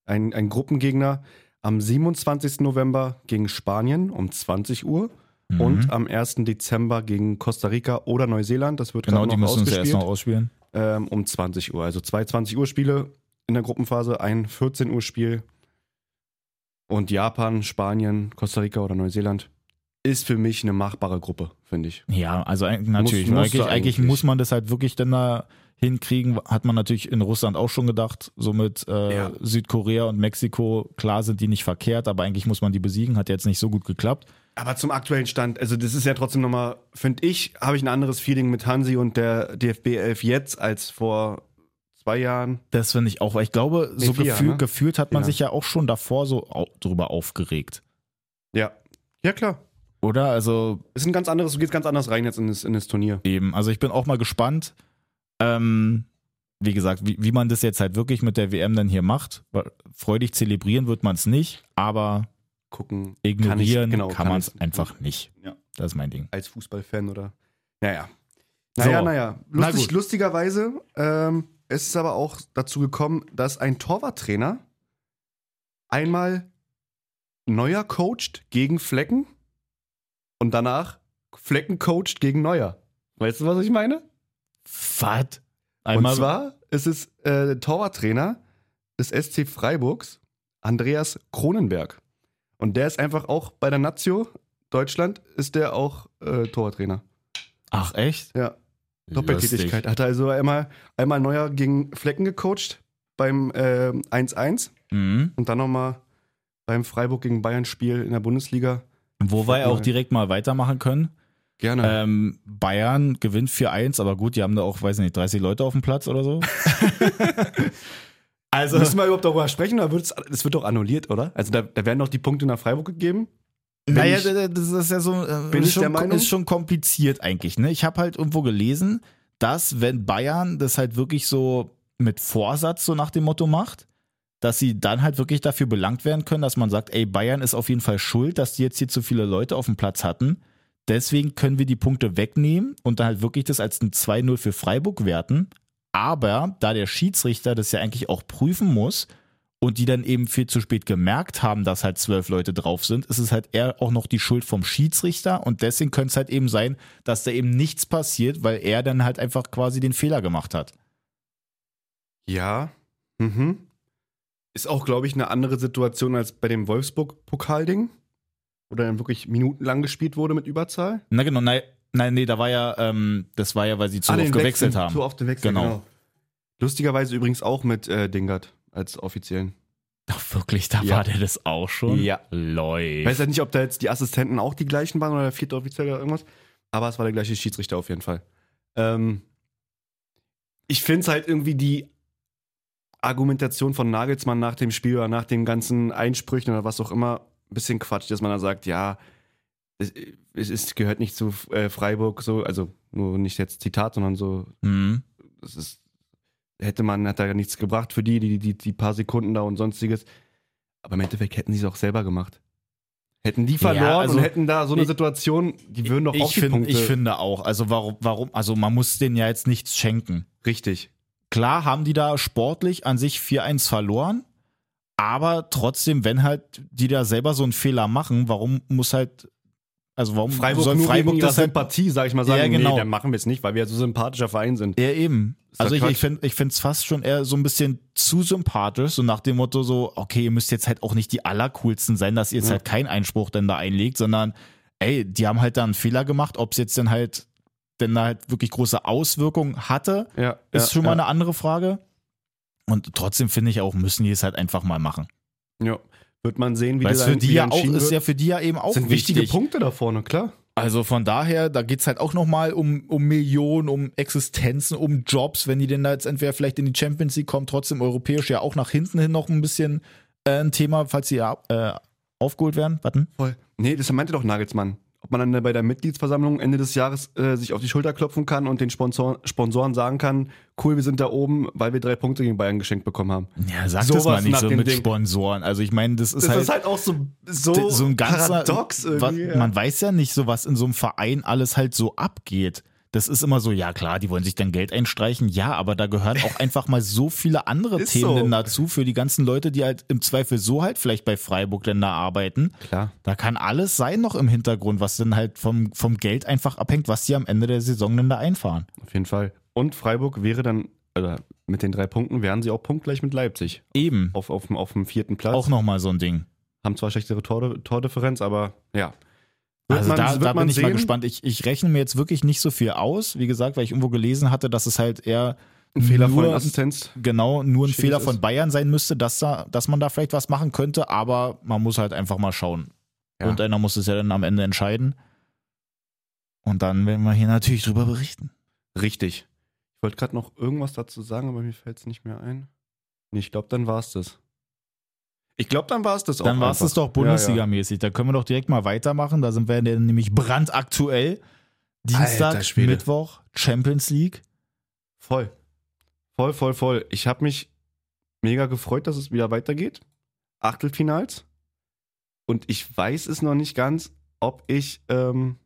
ein, ein Gruppengegner am 27. November gegen Spanien um 20 Uhr Mhm. und am 1. Dezember gegen Costa Rica oder Neuseeland. Das wird Genau, gerade die noch müssen uns ja erst ausgespielt noch ausspielen. ähm, um 20 Uhr. Also zwei 20 Uhr Spiele in der Gruppenphase, ein 14 Uhr Spiel und Japan, Spanien, Costa Rica oder Neuseeland ist für mich eine machbare Gruppe, finde ich. Ja, also eigentlich- natürlich. musst du eigentlich, eigentlich eigentlich. muss man das halt wirklich dann da hinkriegen. Hat man natürlich in Russland auch schon gedacht. Somit äh, Ja. Südkorea und Mexiko, klar sind die nicht verkehrt, aber eigentlich muss man die besiegen. Hat ja jetzt nicht so gut geklappt. Aber zum aktuellen Stand, also das ist ja trotzdem nochmal, finde ich, habe ich ein anderes Feeling mit Hansi und der DFB 11 jetzt als vor zwei Jahren. Das finde ich auch, weil ich glaube, so vier, gefühl, ne? gefühlt hat man Ja. sich ja auch schon davor so au drüber aufgeregt. Ja. Ja, klar. Oder? Also Ist ein ganz anderes, du gehst ganz anders rein jetzt in das, in das Turnier. Eben, also ich bin auch mal gespannt, ähm, wie gesagt, wie, wie man das jetzt halt wirklich mit der WM dann hier macht. Weil Freudig zelebrieren wird man es nicht, aber Gucken. ignorieren kann, ich- genau, kann man es ich- einfach nicht. Ja. Das ist mein Ding. als Fußballfan oder. Naja. Naja, So. naja. Na Lustig, gut. lustigerweise ähm, es ist aber auch dazu gekommen, dass ein Torwarttrainer einmal Neuer coacht gegen Flecken und danach Flecken coacht gegen Neuer. Weißt du, was ich meine? Was? Einmal und zwar ist es äh, der Torwarttrainer des SC Freiburgs, Andreas Kronenberg. Und der ist einfach auch bei der Nazio Deutschland, ist der auch äh, Torwarttrainer. Ach, echt? Ja. Doppeltätigkeit. Lustig. Hat er also einmal, einmal Neuer gegen Flecken gecoacht beim äh, 1-1 Mhm. und dann nochmal beim Freiburg gegen Bayern-Spiel in der Bundesliga. Wo wir auch mal. direkt mal weitermachen können. Gerne. Ähm, Bayern gewinnt 4-1, aber gut, die haben da auch, weiß nicht, 30 Leute auf dem Platz oder [laughs] so. [laughs] also, Äh, Müssen wir überhaupt darüber sprechen? Oder wird's, es wird doch annulliert, oder? Also da, da werden doch die Punkte nach Freiburg gegeben. Naja, ich- da- da- das ist ja so, äh, Bin ist, ich schon, der Meinung? ist schon kompliziert eigentlich. Ne? Ich habe halt irgendwo gelesen, dass wenn Bayern das halt wirklich so mit Vorsatz so nach dem Motto macht, dass sie dann halt wirklich dafür belangt werden können, dass man sagt, ey, Bayern ist auf jeden Fall schuld, dass die jetzt hier zu viele Leute auf dem Platz hatten. Deswegen können wir die Punkte wegnehmen und dann halt wirklich das als ein 2-0 für Freiburg werten. Aber da der Schiedsrichter das ja eigentlich auch prüfen muss, und die dann eben viel zu spät gemerkt haben, dass halt zwölf Leute drauf sind, ist es halt eher auch noch die Schuld vom Schiedsrichter und deswegen könnte es halt eben sein, dass da eben nichts passiert, weil er dann halt einfach quasi den Fehler gemacht hat. Ja. Mhm. Ist auch, glaube ich, eine andere Situation als bei dem Wolfsburg-Pokalding, wo dann wirklich minutenlang gespielt wurde mit Überzahl. Na genau, nein, nein, nee, da war ja, ähm, das war ja, weil sie zu Ah, den oft gewechselt Wechsel, haben. Zu oft gewechselt, Genau. genau. Lustigerweise übrigens auch mit äh, Dingert als offiziellen. Ach, wirklich, da Ja. war der das auch schon? Ja. Ich Läuft. weiß halt nicht, ob da jetzt die Assistenten auch die gleichen waren oder der vierte Offizielle oder irgendwas. Aber es war der gleiche Schiedsrichter auf jeden Fall. Ähm, ich finde es halt irgendwie die Argumentation von Nagelsmann nach dem Spiel oder nach den ganzen Einsprüchen oder was auch immer ein bisschen Quatsch, dass man da sagt, ja, es, es ist, gehört nicht zu äh, Freiburg so, also nur nicht jetzt Zitat, sondern so Hm. das ist, hätte man, hat da ja nichts gebracht für die, die, die, die paar Sekunden da und sonstiges. Aber im Endeffekt hätten sie es auch selber gemacht. Hätten die verloren also und hätten da so eine ich- Situation, die würden doch auch Ich, die find, Punkte. ich finde auch, also warum, warum, also man muss denen ja jetzt nichts schenken. Richtig. Klar haben die da sportlich an sich 4-1 verloren, aber trotzdem, wenn halt die da selber so einen Fehler machen, warum muss halt, also warum Freiburg, soll nur Freiburg wegen ihrer das halt Sympathie, sag ich mal, sagen, Ja, genau. nee, dann machen wir es nicht, weil wir ja so ein sympathischer Verein sind. Ja, eben. Ist Also ja ich, Quatsch. ich finde es fast schon eher so ein bisschen zu sympathisch, so nach dem Motto so, okay, ihr müsst jetzt halt auch nicht die Allercoolsten sein, dass ihr jetzt Ja. halt keinen Einspruch denn da einlegt, sondern ey, die haben halt da einen Fehler gemacht, ob es jetzt dann halt, denn da halt wirklich große Auswirkungen hatte, Ja, ist ja, schon mal ja. eine andere Frage. Und trotzdem finde ich auch, müssen die es halt einfach mal machen. Ja. Wird man sehen, wie Weil es das für die irgendwie ja auch, entschieden ist wird. ja für die ja eben auch sind wichtig. wichtige Punkte da vorne, klar. Also von daher, da geht es halt auch nochmal um, um Millionen, um Existenzen, um Jobs, wenn die denn da jetzt entweder vielleicht in die Champions League kommen, trotzdem europäisch ja auch nach hinten hin noch ein bisschen äh, ein Thema, falls sie ja, äh, aufgeholt werden. Warten. Voll. Nee, das meinte doch Nagelsmann. Ob man dann bei der Mitgliedsversammlung Ende des Jahres äh, sich auf die Schulter klopfen kann und den Sponsor Sponsoren sagen kann, cool, wir sind da oben, weil wir drei Punkte gegen Bayern geschenkt bekommen haben. Ja, sag Sowas das mal nicht nach so dem mit Ding. Sponsoren. Also ich meine, das ist Das halt. ist halt auch so, so, D- so ein ganzer Paradox irgendwie. wa- ja. Man weiß ja nicht so, was in so einem Verein alles halt so abgeht. das ist immer so, ja klar, die wollen sich dann Geld einstreichen, ja, aber da gehören auch einfach mal so viele andere [laughs] Ist Themen so. denn dazu für die ganzen Leute, die halt im Zweifel so halt vielleicht bei Freiburg denn da arbeiten. Klar. Da kann alles sein noch im Hintergrund, was dann halt vom, vom Geld einfach abhängt, was sie am Ende der Saison denn da einfahren. Auf jeden Fall. Und Freiburg wäre dann, oder mit den drei Punkten wären sie auch punktgleich mit Leipzig. Eben. Auf, auf, dem- auf dem vierten Platz. Auch nochmal so ein Ding. Haben zwar schlechtere Tor, Tordifferenz, aber ja. Wird Also man- da, wird da man bin ich mal sehen. gespannt. Ich, ich rechne mir jetzt wirklich nicht so viel aus, wie gesagt, weil ich irgendwo gelesen hatte, dass es halt eher Ein Fehler von nur- der Assistenz. genau nur ein Schädlich Fehler ist. von Bayern sein müsste, dass, da, dass man da vielleicht was machen könnte, aber man muss halt einfach mal schauen. Ja. Und einer muss es ja dann am Ende entscheiden. Und dann werden wir hier natürlich drüber berichten. Richtig. Ich wollte gerade noch irgendwas dazu sagen, aber mir fällt es nicht mehr ein. Nee, ich glaube, dann war es das. Ich glaube, dann war es das auch. Dann war es einfach. das doch Bundesligamäßig. Da können wir doch direkt mal weitermachen. Da sind wir denn nämlich brandaktuell. Alter Dienstag, Schwede. Mittwoch, Champions League. Voll. Voll, voll, voll. Ich habe mich mega gefreut, dass es wieder weitergeht. Achtelfinals. Und ich weiß es noch nicht ganz, ob ich, ähm,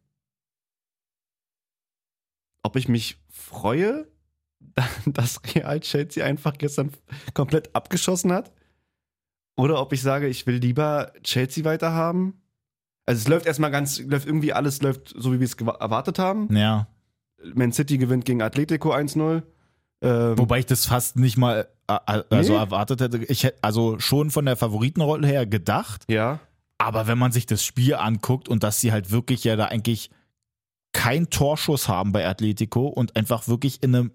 ob ich mich freue, [laughs] dass Real Chelsea einfach gestern komplett abgeschossen hat. Oder ob ich sage, ich will lieber Chelsea weiterhaben. Also es läuft erstmal ganz, läuft irgendwie alles läuft so, wie wir es gewa- erwartet haben. Ja. Man City gewinnt gegen Atletico 1-0. Ähm, Wobei ich das fast nicht mal äh, äh, also Nee. erwartet hätte. Ich hätte also schon von der Favoritenrolle her gedacht, ja, aber wenn man sich das Spiel anguckt und dass sie halt wirklich ja da eigentlich keinen Torschuss haben bei Atletico und einfach wirklich in einem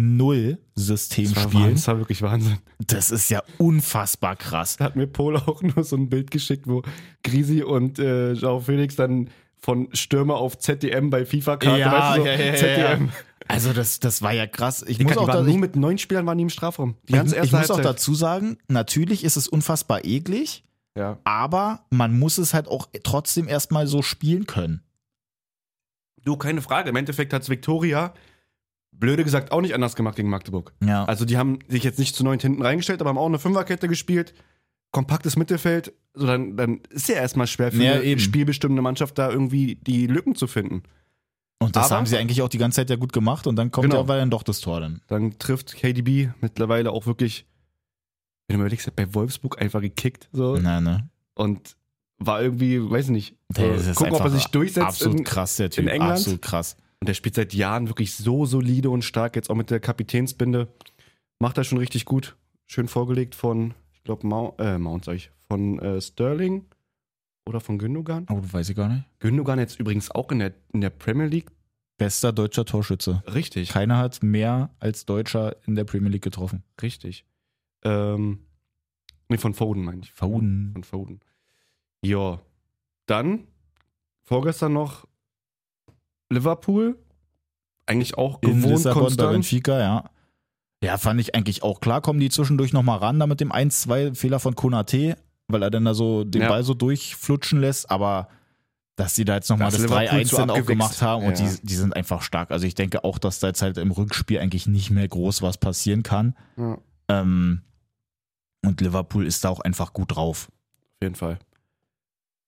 5-5-0-System Wahnsinn, spielen, das war wirklich Wahnsinn. das ist ja unfassbar krass. Da hat mir Pol auch [laughs] nur so ein Bild geschickt, wo Grisi und äh, Joao Felix dann von Stürmer auf ZDM bei FIFA-Karte, Ja, weißt du, so, ja, ja, ja, ZDM. ja. Also das, das war ja krass. Ich Die, muss die auch da, waren ich, nur mit neun Spielern waren die im Strafraum. Die ich, ganze ich erste muss auch Halbzeit. dazu sagen, natürlich ist es unfassbar eklig, Ja. aber man muss es halt auch trotzdem erstmal so spielen können. Du, keine Frage. Im Endeffekt hat es Viktoria, blöde gesagt, auch nicht anders gemacht gegen Magdeburg. Ja. Also die haben sich jetzt nicht zu neun hinten reingestellt, aber haben auch eine Fünferkette gespielt, kompaktes Mittelfeld. So dann, dann ist ja erstmal schwer für Ja, eine eben. spielbestimmende Mannschaft da irgendwie die Lücken zu finden. Und das Aber- haben sie eigentlich auch die ganze Zeit ja gut gemacht und dann kommt Genau. ja aber dann doch das Tor dann. Dann trifft KDB mittlerweile auch wirklich, wenn du mal überlegst, hat bei Wolfsburg einfach gekickt so Nein, ne? und war irgendwie, weiß nicht, Der ist äh, gucken, ob er einfach sich durchsetzt. Absolut in- krass, der Typ. in England? Absolut krass. Und der spielt seit Jahren wirklich so solide und stark, jetzt auch mit der Kapitänsbinde. Macht er schon richtig gut. Schön vorgelegt von, ich glaube, Mount, äh, Mount sag ich, von äh, Sterling oder von Gündogan. Oh, weiß ich gar nicht. Gündogan jetzt übrigens auch in der, in der Premier League. Bester deutscher Torschütze. Richtig, Keiner hat mehr als Deutscher in der Premier League getroffen. richtig. Ähm, nee, von Foden meine ich. Foden. Von Foden. Ja. Dann, vorgestern noch Liverpool. Eigentlich auch In gewohnt Lissabon bei konstant. Benfica, ja. Ja, fand ich eigentlich auch klar. Kommen die zwischendurch nochmal ran, da mit dem 1-2-Fehler von Konate, weil er dann da so den Ja. Ball so durchflutschen lässt, aber dass die da jetzt nochmal Dass das, Liverpool 3-1 so dann auch abgewichst. gemacht haben und Ja. die, die sind einfach stark. Also ich denke auch, dass da jetzt halt im Rückspiel eigentlich nicht mehr groß was passieren kann. Ja, auf Ähm, und Liverpool ist da auch einfach gut drauf. jeden Fall.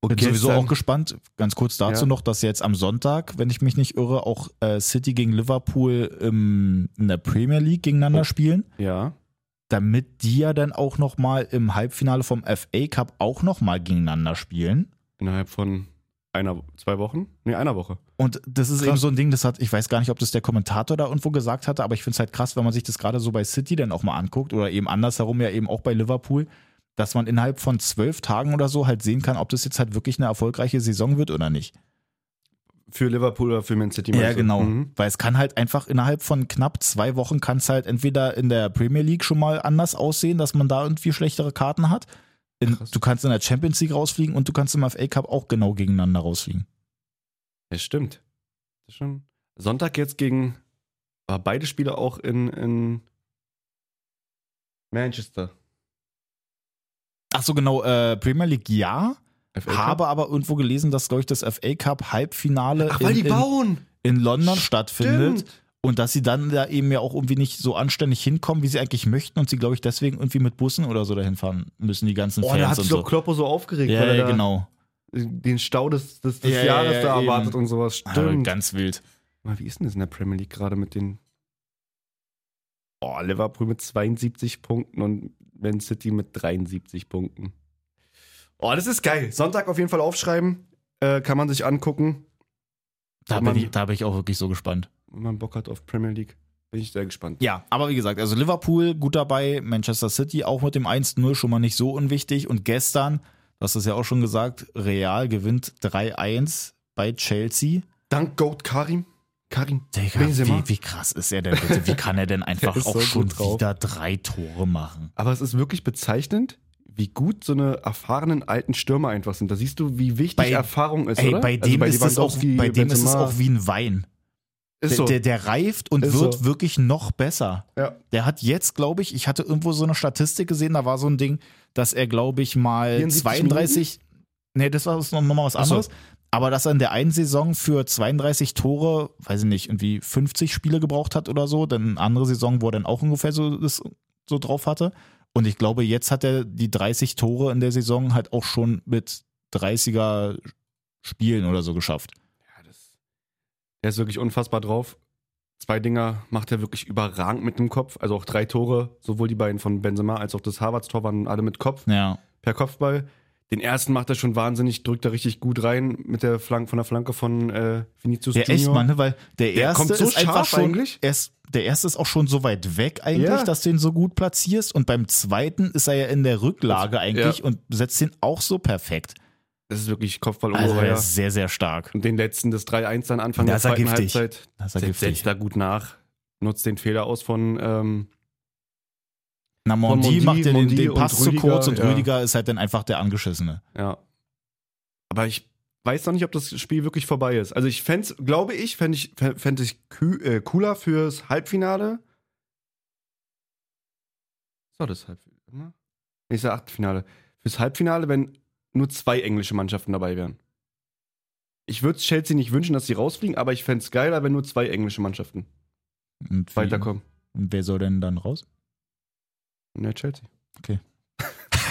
Bin sowieso gestern- auch gespannt, ganz kurz dazu Ja. noch, dass jetzt am Sonntag, wenn ich mich nicht irre, auch äh, City gegen Liverpool im, in der Premier League gegeneinander Oh. spielen, Ja. damit die ja dann auch nochmal im Halbfinale vom FA Cup auch nochmal gegeneinander spielen. Innerhalb von einer, zwei Wochen? Nee, einer Woche. Und das ist Krass. eben so ein Ding, das hat, ich weiß gar nicht, ob das der Kommentator da irgendwo gesagt hatte, aber ich finde es halt krass, wenn man sich das gerade so bei City dann auch mal anguckt oder eben andersherum ja eben auch bei Liverpool, dass man innerhalb von zwölf Tagen oder so halt sehen kann, ob das jetzt halt wirklich eine erfolgreiche Saison wird oder nicht. Für Liverpool oder für Man City? Ja, meinst du? genau. Mhm. Weil es kann halt einfach innerhalb von knapp zwei Wochen kann es halt entweder in der Premier League schon mal anders aussehen, dass man da irgendwie schlechtere Karten hat. In, Krass. du kannst in der Champions League rausfliegen und du kannst im FA Cup auch genau gegeneinander rausfliegen. Ja, stimmt. Das ist schon. Sonntag jetzt gegen. War beide Spiele auch in, in Manchester. Ach so, genau, äh, Premier League ja, FA habe aber irgendwo gelesen, dass, glaube ich, das FA Cup Halbfinale Ach, weil in, die in, bauen. in London Stimmt. stattfindet und dass sie dann da eben ja auch irgendwie nicht so anständig hinkommen, wie sie eigentlich möchten und sie, glaube ich, deswegen irgendwie mit Bussen oder so dahin fahren müssen, die ganzen Oh, da hat Fans und sich so. doch Kloppo so aufgeregt, Ja, weil er ja, da genau. den Stau des, des, des Ja, ja, Jahres ja, da eben. erwartet und sowas. Also Stimmt. ganz wild. Mal, Wie ist denn das in der Premier League gerade mit den. Oh, Liverpool mit 72 Punkten und Man City mit 73 Punkten. Oh, das ist geil. Sonntag auf jeden Fall aufschreiben. Äh, kann man sich angucken. Da Wenn man- bin, ich, da bin ich auch wirklich so gespannt. Wenn man Bock hat auf Premier League, bin ich sehr gespannt. Ja, aber wie gesagt, also Liverpool gut dabei, Manchester City auch mit dem 1-0 schon mal nicht so unwichtig. Und gestern, du hast es ja auch schon gesagt, Real gewinnt 3-1 bei Chelsea. Dank Goat Karim. Karim. Digga, Benzema. wie, wie krass ist er denn bitte? Wie kann er [laughs] denn einfach Der ist auch so gut schon drauf. wieder drei Tore machen? Aber es ist wirklich bezeichnend, wie gut so eine erfahrenen alten Stürmer einfach sind. Da siehst du, wie wichtig Bei- Erfahrung ist, Ey, oder? bei Also dem, ist, es auch, Lewandowski, bei dem ist es Benzema. auch wie ein Wein. Ist Der, so. der, der reift und Ist wird so. wirklich noch besser. Ja. Der hat jetzt, glaube ich, ich hatte irgendwo so eine Statistik gesehen, da war so ein Ding, dass er, glaube ich, mal 74 32, nee, das war nochmal noch mal was Ach so. anderes, aber dass er in der einen Saison für 32 Tore, weiß ich nicht, irgendwie 50 Spiele gebraucht hat oder so, dann eine andere Saison, wo er dann auch ungefähr so, das, so drauf hatte. Und ich glaube, jetzt hat er die 30 Tore in der Saison halt auch schon mit 30er Spielen oder so geschafft. Ja, das, der ist wirklich unfassbar drauf. Zwei Dinger macht er wirklich überragend mit dem Kopf. Also auch drei Tore, sowohl die beiden von Benzema als auch das Harvards-Tor waren alle mit Kopf, Ja. per Kopfball. Den ersten macht er schon wahnsinnig, drückt er richtig gut rein mit der Flank, von der Flanke von äh, Vinicius Ja, Junior. echt, Mann, ne? weil der, Der erste kommt so ist einfach scharf schon, eigentlich. Er ist, der erste ist auch schon so weit weg eigentlich, Ja. dass du ihn so gut platzierst und beim zweiten ist er ja in der Rücklage eigentlich und setzt ihn auch so perfekt. Das ist wirklich Kopfball Also er ungeheuer. ist sehr, sehr stark. Und den letzten, das 3-1 dann Anfang Da der ist er zweiten giftig. Halbzeit. Das ist ja Setzt, giftig. setzt da gut nach, nutzt den Fehler aus von ähm, Na, Mondi, Mondi, macht ja den, Mondi den und Pass zu Rüdiger, kurz und ja. Rüdiger ist halt dann einfach der Angeschissene. Ja. Aber ich weiß noch nicht, ob das Spiel wirklich vorbei ist. Also ich fände glaube ich, fände ich, fände ich kü- äh, cooler fürs Halbfinale. So, das ne? Halbfinale. Ich sag Achtelfinale. Fürs Halbfinale, wenn nur zwei englische Mannschaften dabei wären. Ich würde Chelsea nicht wünschen, dass sie rausfliegen, aber ich fände es geiler, wenn nur zwei englische Mannschaften Und wie- weiterkommen. Und wer soll denn dann raus? Ne, Chelsea. [laughs]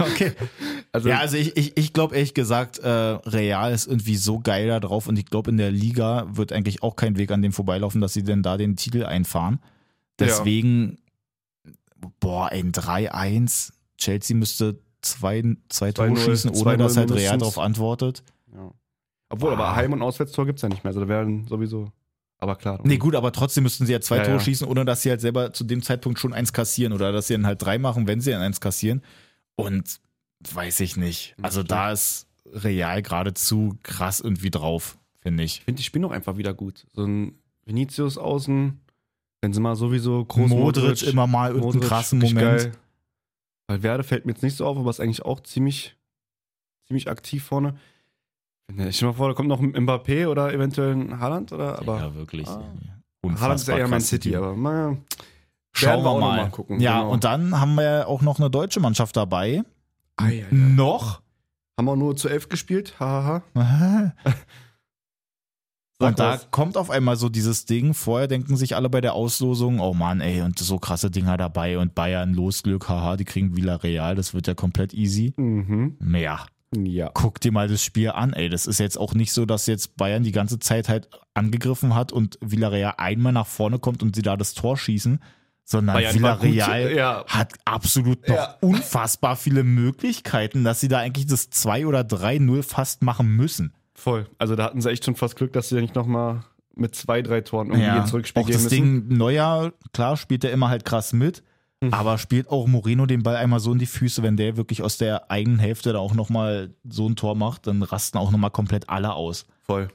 okay. Also, ja, also ich, ich, ich glaube ehrlich gesagt, äh, Real ist irgendwie so geil da drauf und ich glaube, in der Liga wird eigentlich auch kein Weg an dem vorbeilaufen, dass sie denn da den Titel einfahren. Ja. Deswegen, boah, ein 3-1. Chelsea müsste zwei, zwei Tore 2-0, schießen, ohne dass 2-0 halt Real mindestens. darauf antwortet. ja. Obwohl, Ah. aber Heim- und Auswärtstor gibt es ja nicht mehr. Also da wären sowieso. Aber klar. Nee, gut, aber trotzdem müssten sie ja zwei Hm. Ja, Tore ja. schießen, ohne dass sie halt selber zu dem Zeitpunkt schon eins kassieren oder dass sie dann halt drei machen, wenn sie dann eins kassieren. Und weiß ich nicht. Hm, Also da ist Real geradezu krass irgendwie drauf, finde ich. Ich finde, die spielen auch einfach wieder gut. So ein Vinicius außen, Benzema sowieso, groß Modric, immer mal irgendeinen Modric, krassen richtig Moment. geil. Valverde fällt mir jetzt nicht so auf, aber ist eigentlich auch ziemlich, ziemlich aktiv vorne. Ich stell mal vor, da kommt noch ein Mbappé oder eventuell ein Haaland, oder? Aber ja, wirklich. Ah. Unfassbar Haaland ist ja eher Man krass, City, die- aber mal, Schauen werden wir wir auch noch mal. mal gucken, Ja, genau. und dann haben wir ja auch noch eine deutsche Mannschaft dabei. Ei, ei, ei. Noch. haben wir nur zu elf gespielt, hahaha. Und Sag da was. kommt auf einmal so dieses Ding. Vorher denken sich alle bei der Auslosung, oh Mann, ey, und so krasse Dinger dabei und Bayern, Losglück, haha, die kriegen Villarreal, das wird ja komplett easy. Mhm. Ja, Ja. guck dir mal das Spiel an, ey. Das ist jetzt auch nicht so, dass jetzt Bayern die ganze Zeit halt angegriffen hat und Villarreal einmal nach vorne kommt und sie da das Tor schießen, sondern Bayern war gut, Villarreal ja. hat absolut noch Ja. unfassbar viele Möglichkeiten, dass sie da eigentlich das 2 oder 3-0 fast machen müssen. Voll. Also da hatten sie echt schon fast Glück, dass sie nicht nochmal mit zwei, drei Toren irgendwie ins Rückspiel auch gehen das müssen. Ding, Neuer, klar, spielt er immer halt krass mit, Hm. aber spielt auch Moreno den Ball einmal so in die Füße, wenn der wirklich aus der eigenen Hälfte da auch nochmal so ein Tor macht, dann rasten auch nochmal komplett alle aus. Voll.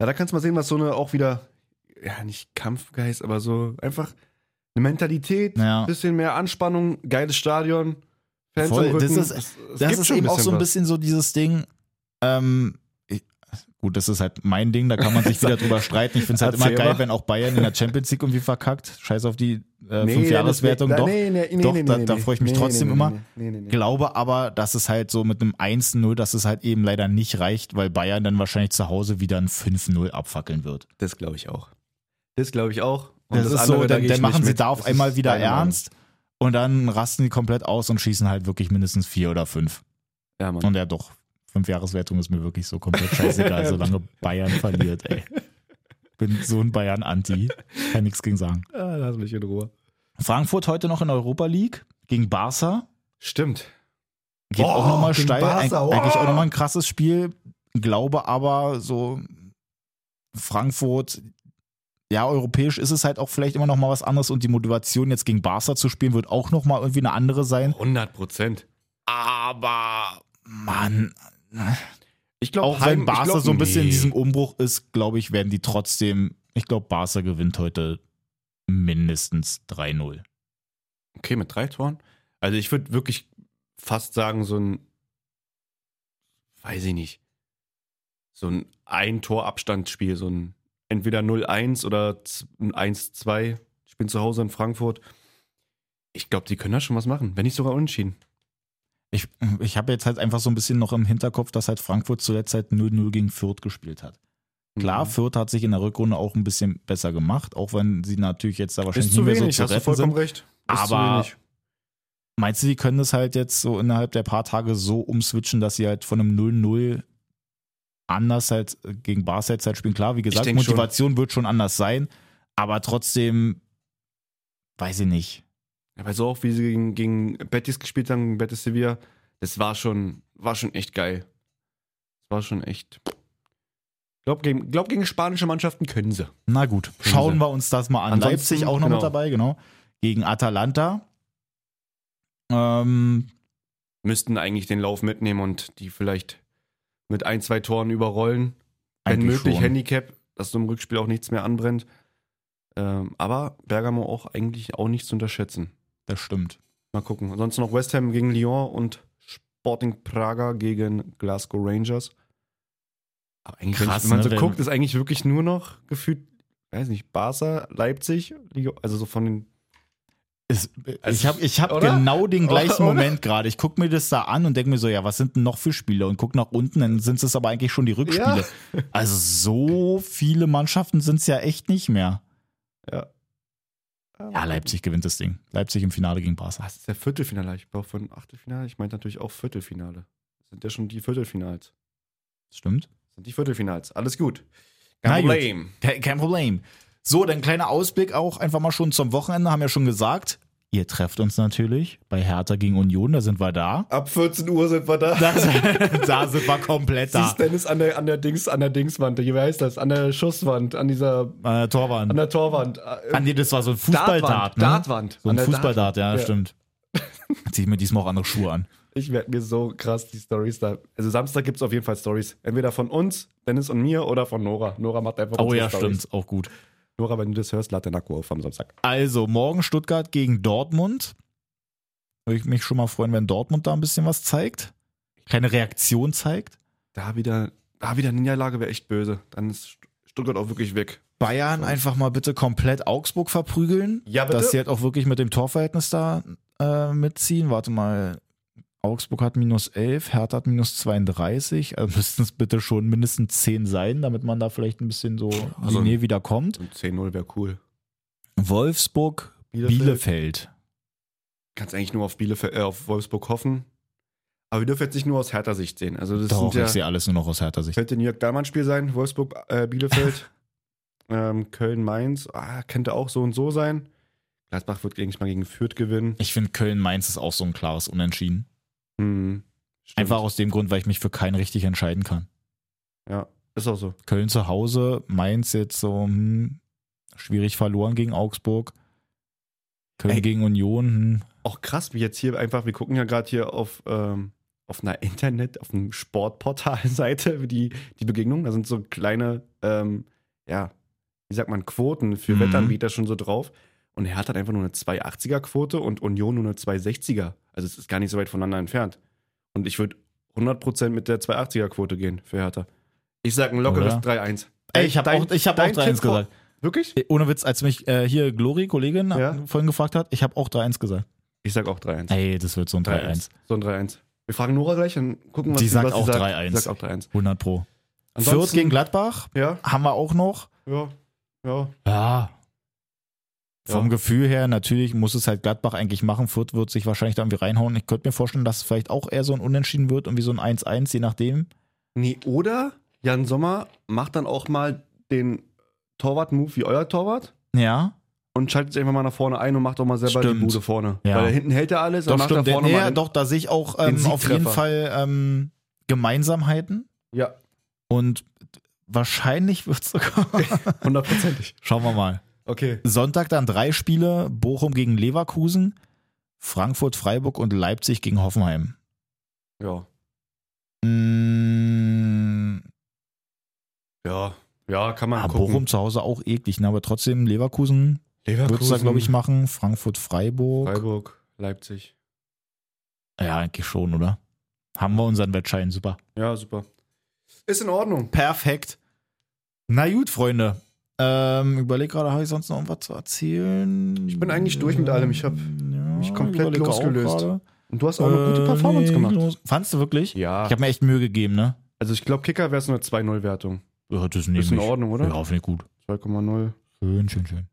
Ja, da kannst du mal sehen, was so eine auch wieder, ja, nicht Kampfgeist, aber so einfach eine Mentalität, Ja. bisschen mehr Anspannung, geiles Stadion, Fans Voll, im Rücken. das ist- Es- es das gibt ist schon eben auch so ein was. bisschen so dieses Ding, ähm, ich, gut, das ist halt mein Ding, da kann man [laughs] sich wieder drüber streiten. Ich finde es halt immer Erzähl geil, mal. wenn auch Bayern in der Champions League irgendwie verkackt. Scheiß auf die äh, Nee, Fünfjahreswertung, das- doch. Nee, nee, nee, doch, nee, da, nee, da nee. freue ich mich Nee, trotzdem nee, nee, immer. Nee, nee, nee. Glaube aber, dass es halt so mit einem 1-0, dass es halt eben leider nicht reicht, weil Bayern dann wahrscheinlich zu Hause wieder ein 5-0 abfackeln wird. Das glaube ich auch. Das glaube ich auch. Und das, ist andere, so, da dann, geh ich dann machen nicht sie mit. da auf Das einmal ist wieder deine Meinung. ernst und dann rasten die komplett aus und schießen halt wirklich mindestens vier oder fünf. Ja, Mann. Und ja, [laughs] doch. Fünf Jahreswertung ist mir wirklich so komplett scheißegal, solange Bayern verliert, ey. Bin so ein Bayern-Anti. Kann nichts gegen sagen. Ah, lass mich in Ruhe. Frankfurt heute noch in der Europa League gegen Barca. Stimmt. Geht Boah, auch nochmal gegen steil. Barca, Eig wow. Eigentlich auch nochmal ein krasses Spiel. Glaube aber so Frankfurt, ja, europäisch ist es halt auch vielleicht immer nochmal was anderes und die Motivation jetzt gegen Barca zu spielen wird auch nochmal irgendwie eine andere sein. 100 Prozent. Aber, Mann, Ich glaube, auch wenn Barca so ein bisschen in nee. diesem Umbruch ist, glaube ich, werden die trotzdem, ich glaube, Barca gewinnt heute mindestens 3-0. Okay, mit drei Toren. Also ich würde wirklich fast sagen, so ein, weiß ich nicht, so ein Ein-Tor-Abstandsspiel, so ein entweder 0-1 oder z- ein 1-2. Ich bin zu Hause in Frankfurt. Ich glaube, die können da schon was machen, wenn nicht sogar unentschieden. Ich, ich habe jetzt halt einfach so ein bisschen noch im Hinterkopf, dass halt Frankfurt zuletzt halt 0-0 gegen Fürth gespielt hat. Mhm. Klar, Fürth hat sich in der Rückrunde auch ein bisschen besser gemacht, auch wenn sie natürlich jetzt da wahrscheinlich ist zu nicht mehr wenig, so zu hast du retten vollkommen sind. recht. Ist Aber- zu wenig. Meinst du, die können das halt jetzt so innerhalb der paar Tage so umswitchen, dass sie halt von einem 0-0 anders halt gegen Barca jetzt halt spielen? Klar, wie gesagt, denk schon. Motivation wird schon anders sein, aber trotzdem weiß ich nicht. Ja, weil halt so auch, wie sie gegen, gegen Betis gespielt haben, gegen Betis Sevilla, das war schon, war schon echt geil. Das war schon echt. Glaub gegen, glaub, gegen spanische Mannschaften können sie. Na gut, schauen wir uns das mal an. Ansonsten, Leipzig auch noch genau. mit dabei, genau. Gegen Atalanta. Ähm, Müssten eigentlich den Lauf mitnehmen und die vielleicht mit ein, zwei Toren überrollen. Wenn eigentlich möglich, schon. Handicap, dass du im Rückspiel auch nichts mehr anbrennt. Ähm, aber Bergamo auch eigentlich auch nicht zu unterschätzen. Das stimmt. Mal gucken. Ansonsten noch West Ham gegen Lyon und Sporting Praga gegen Glasgow Rangers. Aber eigentlich, Krass, wenn man ne, so wenn- guckt, ist eigentlich wirklich nur noch gefühlt, weiß nicht, Barca, Leipzig, Lyon, also so von den. Es, ich Also, habe ich hab oder? genau den gleichen Oder? Moment gerade. Ich gucke mir das da an und denke mir so, ja, was sind denn noch für Spiele? Und gucke nach unten, dann sind es aber eigentlich schon die Rückspiele. [laughs] Also so viele Mannschaften sind es ja echt nicht mehr. Ja, Leipzig gewinnt das Ding. Leipzig im Finale gegen Barca. Das Ah, ist ja Viertelfinale. Ich brauche von Achtelfinale. Ich meinte natürlich auch Viertelfinale. Das sind ja schon die Viertelfinals. Stimmt? Das sind die Viertelfinals. Alles gut. Na Kein gut. Problem. Kein, kein Problem. So, dann kleiner Ausblick auch einfach mal schon zum Wochenende, haben ja schon gesagt. Ihr trefft uns natürlich bei Hertha gegen Union, da sind wir da. [laughs] Ab 14 Uhr sind wir da. [laughs] Da, da sind wir komplett da. Siehst Dennis an der, an der Dings, an der Dingswand. Wie heißt das? An der Schusswand, an dieser, Äh, Torwand. an der Torwand. Äh, Ah, nee, das war so ein Fußballdart, Dartwand, ne? Dartwand. So ein An der Fußballdart, ja, Ja. stimmt. Zieh ich mir diesmal auch andere Schuhe an. Ich werde mir so krass die Stories da. Also Samstag gibt es auf jeden Fall Stories. Entweder von uns, Dennis und mir oder von Nora. Nora macht einfach Oh unsere ja, Stories. stimmt, auch gut. Nora, wenn du das hörst, lad den Akku auf am Samstag. Also, morgen Stuttgart gegen Dortmund. Würde ich mich schon mal freuen, wenn Dortmund da ein bisschen was zeigt. Keine Reaktion zeigt. Da wieder, da wieder eine Niederlage wäre echt böse. Dann ist St- Stuttgart auch wirklich weg. Bayern einfach mal bitte komplett Augsburg verprügeln. Ja, bitte. Dass sie halt auch wirklich mit dem Torverhältnis da äh, mitziehen. Warte mal. Augsburg hat minus 11, Hertha hat minus 32. Also müssten es bitte schon mindestens 10 sein, damit man da vielleicht ein bisschen so in die Also- Nähe wieder kommt. Und 10-0 wäre cool. Wolfsburg, Bielefeld. Kannst eigentlich nur auf, Bielefeld, äh, auf Wolfsburg hoffen. Aber wir dürfen jetzt nicht nur aus härter Sicht sehen. Also das Doch, sind ja, ich sehe alles nur noch aus härter Sicht. Könnte New York Dahlmann Spiel sein, Wolfsburg, äh, Bielefeld, [laughs] ähm, Köln, Mainz, ah, könnte auch so und so sein. Gladbach wird gegen, mal gegen Fürth gewinnen. Ich finde, Köln-Mainz ist auch so ein klares Unentschieden. Mhm. Hm, stimmt. Einfach aus dem Grund, weil ich mich für keinen richtig entscheiden kann. Ja, ist auch so. Köln zu Hause, Mainz jetzt so hm, schwierig verloren gegen Augsburg. Köln Ey. gegen Union. Hm. Auch krass, wie jetzt hier einfach, wir gucken ja gerade hier auf, ähm, auf einer Internet, auf einem Sportportal-Seite, [laughs] die, die Begegnung. Da sind so kleine, ähm, ja, wie sagt man, Quoten für Mhm. Wettanbieter schon so drauf. Und Hertha hat einfach nur eine 280er-Quote und Union nur eine 260er. Also es ist gar nicht so weit voneinander entfernt. Und ich würde 100% mit der 280er-Quote gehen für Hertha. Ich sag ein lockeres Oder? 3-1. Ey, ich habe Dein- auch, ich hab auch dein 3-1 Tipp vor- gesagt. Wirklich? Ey, Ohne Witz, als mich äh, hier Glory, Kollegin, Ja. äh, vorhin gefragt hat, ich habe auch 3-1 gesagt. Ich sag auch 3-1. Ey, das wird so ein 3-1. So ein 3-1. Wir fragen Nora gleich und gucken, was Die sagt was auch sagt. 3-1. Die sagt auch 3-1. 100 Pro. Fürth Ansonsten- gegen Gladbach Ja, haben wir auch noch. ja, ja. Ja. Vom Ja. Gefühl her, natürlich muss es halt Gladbach eigentlich machen. Fürth wird sich wahrscheinlich da irgendwie reinhauen. Ich könnte mir vorstellen, dass es vielleicht auch eher so ein Unentschieden wird und wie so ein 1-1, je nachdem. Nee, oder Jan Sommer macht dann auch mal den Torwart-Move wie euer Torwart Ja. und schaltet sich einfach mal nach vorne ein und macht doch mal selber Stimmt. die Bude vorne. Ja. Weil da hinten hält er alles, dann Doch, macht stimmt. er Der, vorne mal. nee, einen- doch, da sehe ich auch ähm, auf jeden Siegtreffer. Fall ähm, Gemeinsamheiten Ja, und wahrscheinlich wird es [laughs] sogar. hundertprozentig. Schauen wir mal. Okay. Sonntag dann drei Spiele: Bochum gegen Leverkusen, Frankfurt, Freiburg und Leipzig gegen Hoffenheim. Ja. Mm, Ja. Ja, kann man ah, gucken. Bochum zu Hause auch eklig, ne? aber trotzdem Leverkusen wird es da, glaube ich, machen. Frankfurt, Freiburg. Freiburg, Leipzig. Ja, eigentlich schon, oder? Haben wir unseren Wettschein, super. Ja, super. Ist in Ordnung. Perfekt. Na gut, Freunde. Ähm, überleg gerade, habe ich sonst noch irgendwas zu erzählen? Ich bin eigentlich durch mit allem. Ich hab mich komplett losgelöst. Und du hast auch eine eine gute Performance gemacht. Ähm, Fandst du wirklich? Ja. Äh, Ich habe mir echt Mühe gegeben, ne? Also ich glaube, Kicker wäre es eine 2-0-Wertung. Ja, das nehme Ist in ich. Ordnung, oder? Ja, finde ich gut. 2,0. Schön, schön, schön.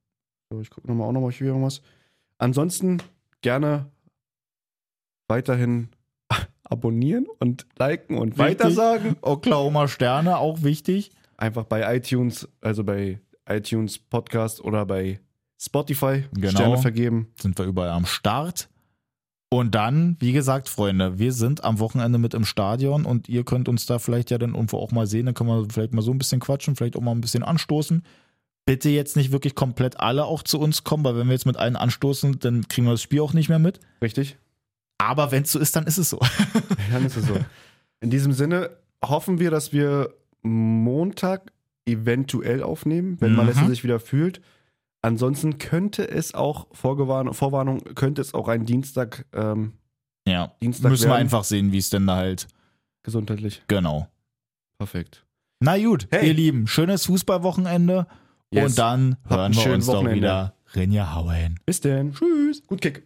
So, ich gucke nochmal auch nochmal hier irgendwas. Ansonsten gerne weiterhin [laughs] abonnieren und liken und Richtig. weitersagen. Oklahoma Sterne, auch wichtig. Einfach bei iTunes, also bei iTunes Podcast oder bei Spotify Genau. Sterne vergeben. Sind wir überall am Start. Und dann, wie gesagt, Freunde, wir sind am Wochenende mit im Stadion und ihr könnt uns da vielleicht ja dann irgendwo auch mal sehen. Dann können wir vielleicht mal so ein bisschen quatschen, vielleicht auch mal ein bisschen anstoßen. Bitte jetzt nicht wirklich komplett alle auch zu uns kommen, weil wenn wir jetzt mit allen anstoßen, dann kriegen wir das Spiel auch nicht mehr mit. Richtig? Aber wenn es so ist, dann ist es so. [laughs] [laughs] Dann ist es so. In diesem Sinne hoffen wir, dass wir Montag eventuell aufnehmen, wenn Mhm. Malessa sich wieder fühlt. Ansonsten könnte es auch Vorgewarn Vorwarnung, könnte es auch ein Dienstag ähm, Ja. Dienstag Müssen wir werden. einfach sehen, wie es denn da halt. gesundheitlich. Genau. Perfekt. Na gut, Hey. ihr Lieben, schönes Fußballwochenende Yes. und dann Habt ein hören wir schönes uns Wochenende. doch wieder. Renja Hauen. Bis denn. Tschüss. Gut Kick.